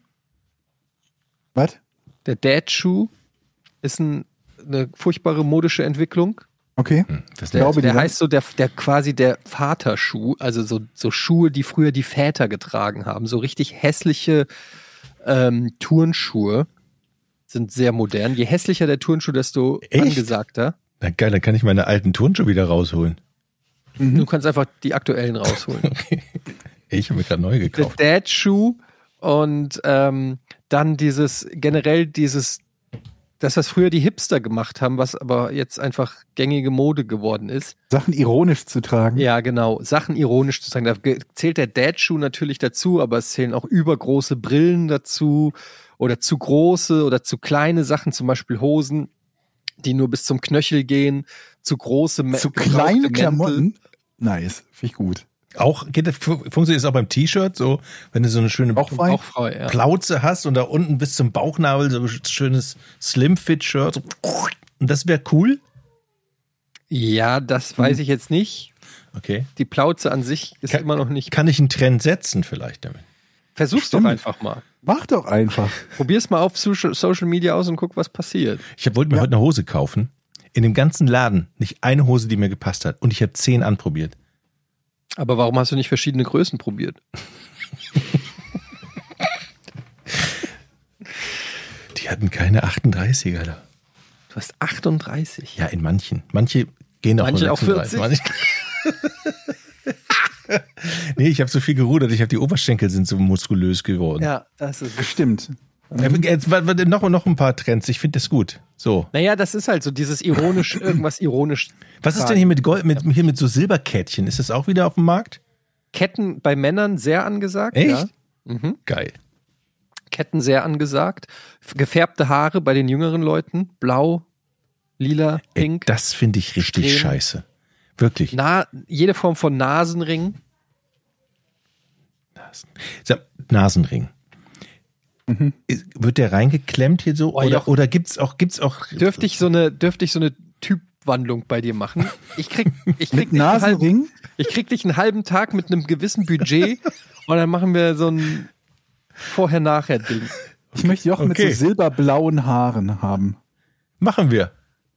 was?
der Dad-Schuh ist ein, eine furchtbare modische Entwicklung.
Okay.
Was
Der,
denn?
glaube, die
der
haben-
heißt so der, der quasi der Vaterschuh, also so, so Schuhe, die früher die Väter getragen haben. So richtig hässliche ähm, Turnschuhe sind sehr modern. Je hässlicher der Turnschuh, desto
Echt?
angesagter.
Na geil, dann kann ich meine alten Turnschuhe wieder rausholen.
Mhm.
Du kannst einfach die aktuellen rausholen.
Ich habe mir gerade neu
der
gekauft.
Dad-Schuh und ähm, dann dieses generell dieses das, was früher die Hipster gemacht haben, was aber jetzt einfach gängige Mode geworden ist.
Sachen ironisch zu tragen.
Ja, genau. Sachen ironisch zu sagen. Da ge- zählt der Dad-Schuh natürlich dazu, aber es zählen auch übergroße Brillen dazu oder zu große oder zu kleine Sachen, zum Beispiel Hosen, die nur bis zum Knöchel gehen, zu große Me-
Zu
gebrauchte
kleine
Mäntel.
Klamotten. Nice, finde ich gut.
Auch, geht das, fu- funktioniert es auch beim T-Shirt so, wenn du so eine schöne
Auch frei.
Auch frei, ja.
Plauze hast und da unten bis zum Bauchnabel so ein schönes Slim-Fit-Shirt. So, und das wäre cool.
Ja,
Hm.
das weiß ich jetzt nicht.
Okay.
Die Plauze an sich ist
Kann-
immer noch nicht.
Kann ich einen Trend setzen vielleicht damit?
Versuch's doch
Stimmt.
einfach mal.
Mach doch einfach.
Probier's mal auf Social, Social Media aus und guck, was passiert.
Ich hab- wollte mir heute eine Hose kaufen. In dem ganzen Laden nicht eine Hose, die mir gepasst hat. Und ich habe zehn anprobiert.
Aber warum hast du nicht verschiedene Größen probiert?
Die hatten keine 38er da.
Du hast 38.
Ja, in manchen. Manche gehen auch
Manche
nur
auch
36. Manche- nee, ich habe so viel gerudert. Ich habe die Oberschenkel sind so muskulös geworden.
Ja, das ist.
Bestimmt.
Äh, Jetzt wa- wa- noch, noch ein paar Trends. Ich finde das gut. So.
Naja, das ist halt so dieses ironisch, irgendwas ironisch.
Was ist denn hier mit Gold, mit, hier mit so Silberkettchen? Ist das auch wieder auf dem Markt?
Ketten bei Männern sehr angesagt.
Echt?
Ja. Mhm.
Geil.
Ketten sehr angesagt. F- Gefärbte Haare bei den jüngeren Leuten. Blau,
Äh,
lila,
Ey,
pink.
das finde ich richtig
Strähnen.
scheiße. Wirklich.
Na, jede Form von Nasenring.
Sag, Nasenring. Ist- Wird der reingeklemmt hier so? oder
Mhm. Oh, Jochen.
oder gibt es auch, gibt's auch.
Dürfte ich so eine, dürfte ich so eine Typwandlung bei dir machen? Ich krieg, ich krieg
Mit
dich einen halben-
Nasenring?
Ich krieg dich einen halben Tag mit einem gewissen Budget und dann machen wir so ein Vorher-Nachher-Ding.
Ich möchte Jochen
Okay.
mit so silberblauen Haaren haben.
Machen wir.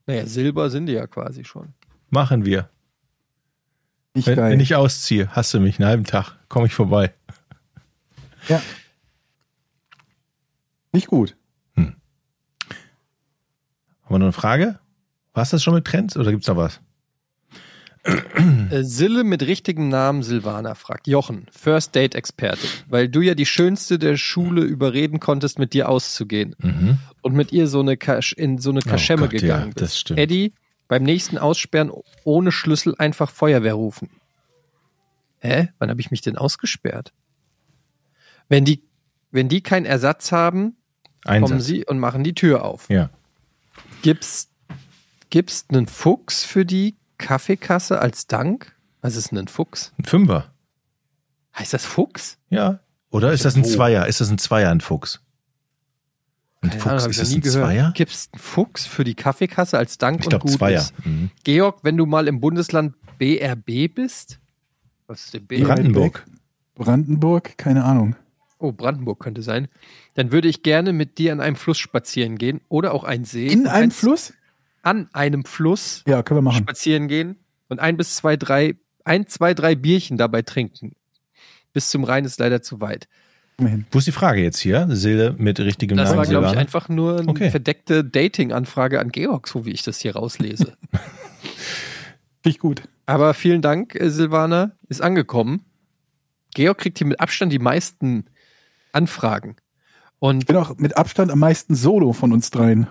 Naja, Silber sind die ja quasi schon.
Machen wir.
Ich
Wenn,
geil.
wenn ich ausziehe, hast du mich einen halben Tag. Komme ich vorbei.
ja. Nicht gut.
Haben wir noch eine Frage? War es das schon mit Trends oder gibt es noch was?
Äh, Sille mit richtigem Namen Silvana fragt. Jochen, First Date Experte, weil du ja die schönste der Schule überreden konntest, mit dir auszugehen
Mhm. Oh
und mit ihr so eine Kasch, in so eine Kaschemme
Gott, ja,
gegangen bist.
das stimmt.
Eddie, beim nächsten Aussperren ohne Schlüssel einfach Feuerwehr rufen. Hä? Wann habe ich mich denn ausgesperrt? Wenn die, wenn die keinen Ersatz haben, kommen
Einsatz.
sie und machen die Tür auf.
Ja.
Gibt's, gibt's einen Fuchs für die Kaffeekasse als Dank? Was ist denn ein Fuchs?
Ein Fünfer.
Heißt das Fuchs?
Ja. Oder ist das ein Zweier? Ist das ein Zweier, ein Fuchs? Ein
Keine
Fuchs,
Ahnung, hab
ist
ich noch
das
nie
ein
gehört.
Zweier?
Gibt's einen Fuchs für die Kaffeekasse als Dank
Ich glaube, Zweier.
ist?
Mhm.
Georg, wenn du mal im Bundesland BRB bist? Was ist denn BRB?
Brandenburg.
Brandenburg? Keine Ahnung.
Oh, Brandenburg könnte sein. Dann würde ich gerne mit dir an einem Fluss spazieren gehen oder auch einen See.
In
Und
einem
eins-
Fluss?
An einem Fluss
Ja, können wir machen.
spazieren gehen und ein bis zwei, drei, ein, zwei, drei Bierchen dabei trinken. Bis zum Rhein ist leider zu weit.
Komm hin.
Wo ist die Frage jetzt hier? Seele mit richtigem
Das
Namen.
war, glaube ich,
Silvana?
einfach nur eine
Okay.
verdeckte Dating-Anfrage an Georg, so wie ich das hier rauslese.
Finde ich gut.
Aber vielen Dank, äh, Silvana, ist angekommen. Georg kriegt hier mit Abstand die meisten Anfragen. Und
Ich bin auch mit Abstand am meisten Solo von uns dreien.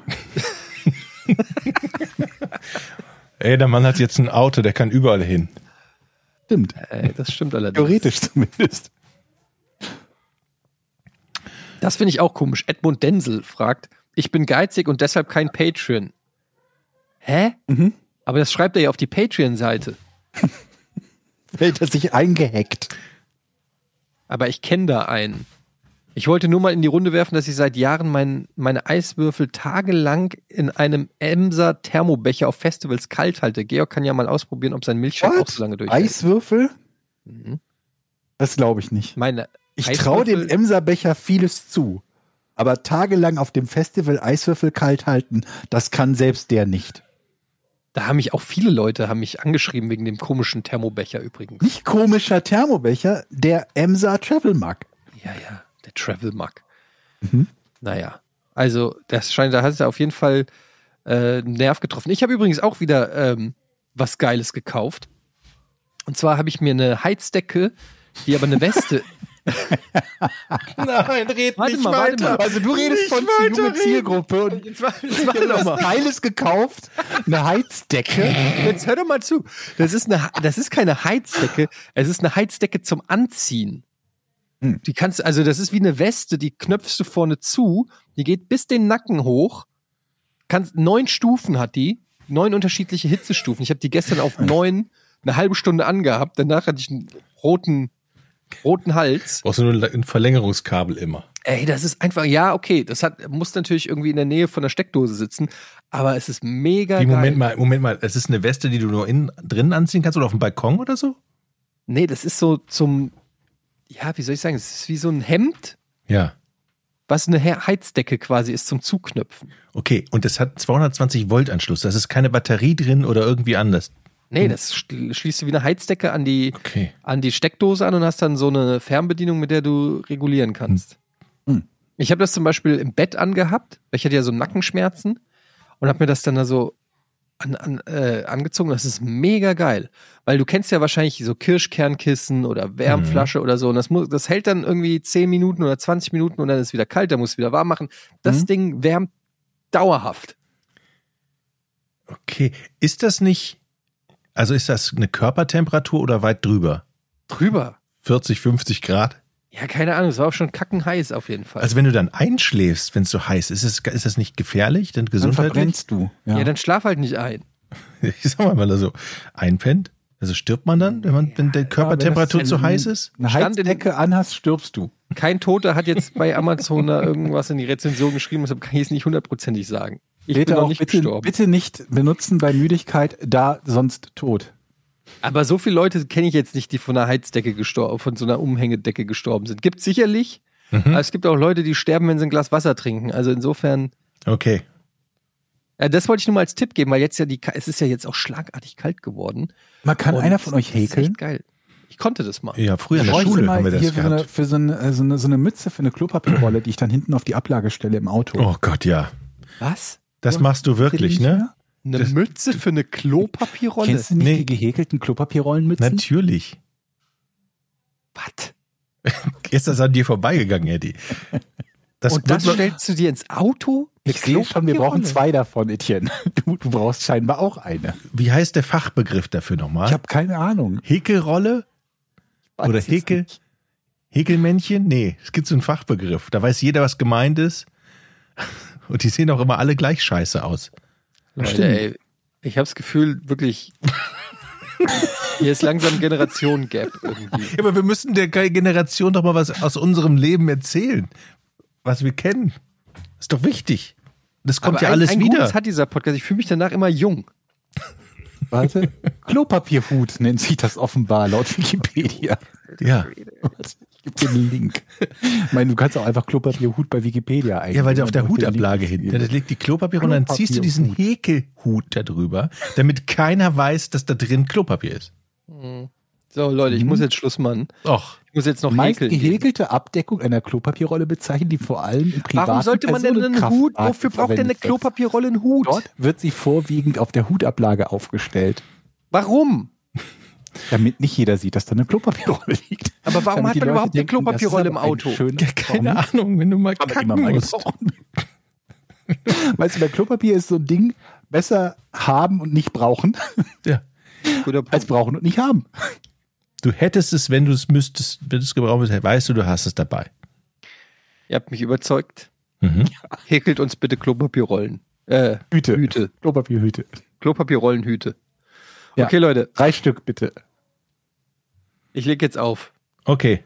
Ey, der Mann hat jetzt ein Auto, der kann überall hin.
Stimmt.
äh, das stimmt allerdings.
Theoretisch zumindest.
Das finde ich auch komisch. Edmund Denzel fragt, ich bin geizig und deshalb kein Patreon. Hä?
Mhm.
Aber das schreibt er ja auf die Patreon-Seite.
Hält er sich eingehackt.
Aber ich kenne da einen. Ich wollte nur mal in die Runde werfen, dass ich seit Jahren mein, meine Eiswürfel tagelang in einem Emser Thermobecher auf Festivals kalt halte. Georg kann ja mal ausprobieren, ob sein Milchshake auch so lange durchhält.
Eiswürfel?
Mhm.
Das glaube ich nicht.
Meine,
Ich traue dem
Eiswürfel?
Emserbecher vieles zu. Aber tagelang auf dem Festival Eiswürfel kalt halten, das kann selbst der nicht.
da haben mich auch viele Leute haben mich angeschrieben wegen dem komischen Thermobecher übrigens.
Nicht komischer Thermobecher, der Emser Travel Mug.
Ja, ja, der Travel Mug.
Mhm.
Naja, also das scheint, da hat er auf jeden Fall äh, einen Nerv getroffen. Ich habe übrigens auch wieder ähm, was Geiles gekauft. Und zwar habe ich mir eine Heizdecke, die aber eine Weste,
Nein, red
Warte mal, warte mal.
Also du redest
Nicht
von
weiter
junge
reden. Genau.
Zielgruppe und
Jetzt, wa- jetzt, warte
hast
doch
was
mal.
Geiles gekauft, eine Heizdecke.
jetzt hör doch mal zu. Das ist, eine, das ist keine Heizdecke, es ist eine Heizdecke zum Anziehen.
Hm.
Die kannst, also das ist wie eine Weste, die knöpfst du vorne zu, die geht bis den Nacken hoch. Kannst, neun Stufen hat die, neun unterschiedliche Hitzestufen. Ich habe die gestern auf
Hm.
neun eine halbe Stunde angehabt, danach hatte ich einen roten, roten Hals.
Brauchst du nur ein Le- ein Verlängerungskabel immer.
Ey, das ist einfach, ja, okay, das hat, muss natürlich irgendwie in der Nähe von der Steckdose sitzen, aber es ist mega
Die,
geil.
Moment mal, Moment mal, es ist eine Weste, die du nur innen drinnen anziehen kannst oder auf dem Balkon oder so?
Nee, das ist so zum, ja, wie soll ich sagen, es ist wie so ein Hemd,
Ja.
was eine He- Heizdecke quasi ist zum Zuknöpfen.
Okay, und das hat 220 Volt Anschluss. Das ist keine Batterie drin oder irgendwie anders.
Nee, das schl schließt du wie eine Heizdecke an die,
Okay.
an die Steckdose an und hast dann so eine Fernbedienung, mit der du regulieren kannst.
Hm.
Ich habe das zum Beispiel im Bett angehabt, weil ich hatte ja so Nackenschmerzen und habe mir das dann da so an, an, äh, angezogen. Das ist mega geil, weil du kennst ja wahrscheinlich so Kirschkernkissen oder Wärmflasche oder so und das, muss, das hält dann irgendwie 10 Minuten oder 20 Minuten und dann ist wieder kalt, dann musst du wieder warm machen. Das
Hm.
Ding wärmt dauerhaft.
Okay, ist das nicht also ist das eine Körpertemperatur oder weit drüber?
Drüber.
40, 50 Grad?
Ja, keine Ahnung, es war auch schon kackenheiß auf jeden Fall.
Also wenn du dann einschläfst, wenn es so heiß ist, ist, es, ist das nicht gefährlich? Dann
Dann
gesundheitlich?
verbrennst du.
ja, dann schlaf halt nicht ein.
Ich sag mal, weil er so einpennt. Also stirbt man dann, wenn man wenn der Körpertemperatur
das-
zu heiß ist?
eine
Stand in-
Heizdecke anhast, stirbst du.
Kein Toter hat jetzt bei Amazon da irgendwas in die Rezension geschrieben, deshalb kann ich es nicht hundertprozentig sagen. Ich
Peter,
bin noch
auch
nicht
bitte,
gestorben.
bitte nicht benutzen bei Müdigkeit, da sonst tot.
Aber so viele Leute kenne ich jetzt nicht, die von einer Heizdecke gestorben, von so einer Umhängedecke gestorben sind. Gibt sicherlich,
Mhm.
aber es gibt auch Leute, die sterben, wenn sie ein Glas Wasser trinken. Also insofern,
Okay.
ja, das wollte ich nur mal als Tipp geben, weil jetzt ja die, Ka- es ist ja jetzt auch schlagartig kalt geworden.
Man kann
Und
einer von euch
das ist
häkeln.
echt geil. Ich konnte das mal.
Ja, früher in der
bräuchte
Schule
mal
haben wir das
hier so eine,
gehabt.
für so eine, so, eine, so eine Mütze für eine Klopapierrolle, die ich dann hinten auf die Ablage stelle im Auto.
Oh Gott, ja.
Was?
Das machst du wirklich,
Kennt ihr die
ne?
nicht
Eine
Das-
Mütze für eine
mehr?
Klopapierrolle?
Kennst du nicht
Nee.
die gehäkelten Klopapierrollenmützen?
Natürlich.
Was?
Ist das an dir vorbeigegangen, Eddie? Das
Und das
wird man-
stellst du dir ins Auto? Eine
Ich sehe schon, wir brauchen
Klopapierrolle?
zwei davon, Etienne. Du, du brauchst scheinbar auch eine.
wie heißt der Fachbegriff dafür
Ich
nochmal?
habe keine Ahnung.
Häkelrolle?
Weiß
Oder
es
Häkel?
nicht.
Häkelmännchen? Nee, es gibt so einen Fachbegriff. Da weiß jeder, was gemeint ist. Und die sehen auch immer alle gleich scheiße aus.
Leute,
Stimmt.
ey, ich habe das Gefühl, wirklich, hier ist langsam Generation Gap irgendwie.
Ja, aber wir müssen der Generation doch mal was aus unserem Leben erzählen. Was wir kennen. Ist doch wichtig. Das kommt
Aber
ja
ein,
alles
ein
wieder.
Gutes hat dieser Podcast. Ich fühle mich danach immer jung.
Warte. Klopapierhut nennt sich das offenbar laut Wikipedia.
ja.
Ich gebe dir einen Link. Ich meine, du kannst auch einfach Klopapierhut bei Wikipedia eingeben.
ja, weil der auf der
Und den Link
Hutablage hinten. Ja, da
eingeben.
liegt die Klopapier und dann
Klopapier
ziehst du
und
diesen
Hut.
Häkelhut da drüber, damit keiner weiß, dass da drin Klopapier ist.
So, Leute, ich muss jetzt Schluss machen.
Och.
Ich muss jetzt noch
Meist
häkeln. gehen.
gehäkelte Abdeckung einer Klopapierrolle bezeichnen, die vor allem im privaten
Warum sollte man denn einen Hut?
Personenkraftwagen
Wofür braucht denn eine
verwendet wird.
Klopapierrolle einen Hut?
Dort wird sie vorwiegend auf der Hutablage aufgestellt,
Warum?
damit nicht jeder sieht, dass da eine Klopapierrolle liegt.
Aber warum
Damit
hat
die
man
Leute
überhaupt eine
denken, das ist
Klopapierrolle im
aber ein
Auto?
schönes
Ja, keine
Kombi.
Ahnung, wenn du mal
Kann man
kacken
immer mal
musst.
gebrauchen. weißt du, bei Klopapier ist so ein Ding, besser haben und nicht brauchen,
Ja.
Guter Punkt.
als brauchen und nicht haben.
Du hättest es, wenn du es müsstest, wenn du es gebraucht hättest, weißt du, du hast es dabei.
Ihr habt mich überzeugt.
Mhm.
Häkelt uns bitte Klopapierrollen. Äh,
Hüte.
Hüte.
Klopapierhüte.
Klopapierrollenhüte.
Ja.
Okay, Leute,
Drei Stück bitte.
ich leg jetzt auf.
Okay.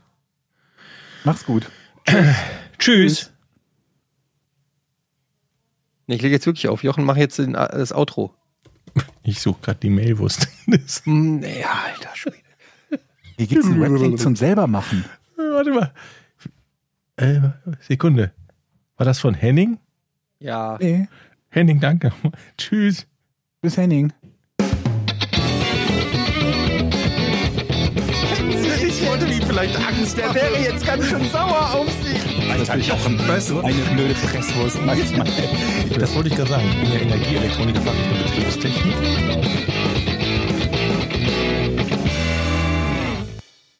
Mach's gut.
Tschüss.
Nee, Ich lege jetzt wirklich auf. Jochen, mach jetzt den, äh, das Outro.
Ich suche gerade die Mail, wo es drin ist.
Hm, nee, alter Schwede.
Hier gibt's einen Webcam zum selbermachen.
Warte mal. Äh, Sekunde. War das von Henning?
Ja.
Nee.
Henning, danke. Tschüss.
Bis Henning.
Ich wollte mich vielleicht Angst
Der wäre jetzt ganz schön sauer auf Sie.
Alter, Jochen, weißt du? Eine blöde Fresswurst, manchmal.
Das wollte ich gerade sagen. Ich bin ja Energieelektroniker, Fachrichtung Betriebstechnik.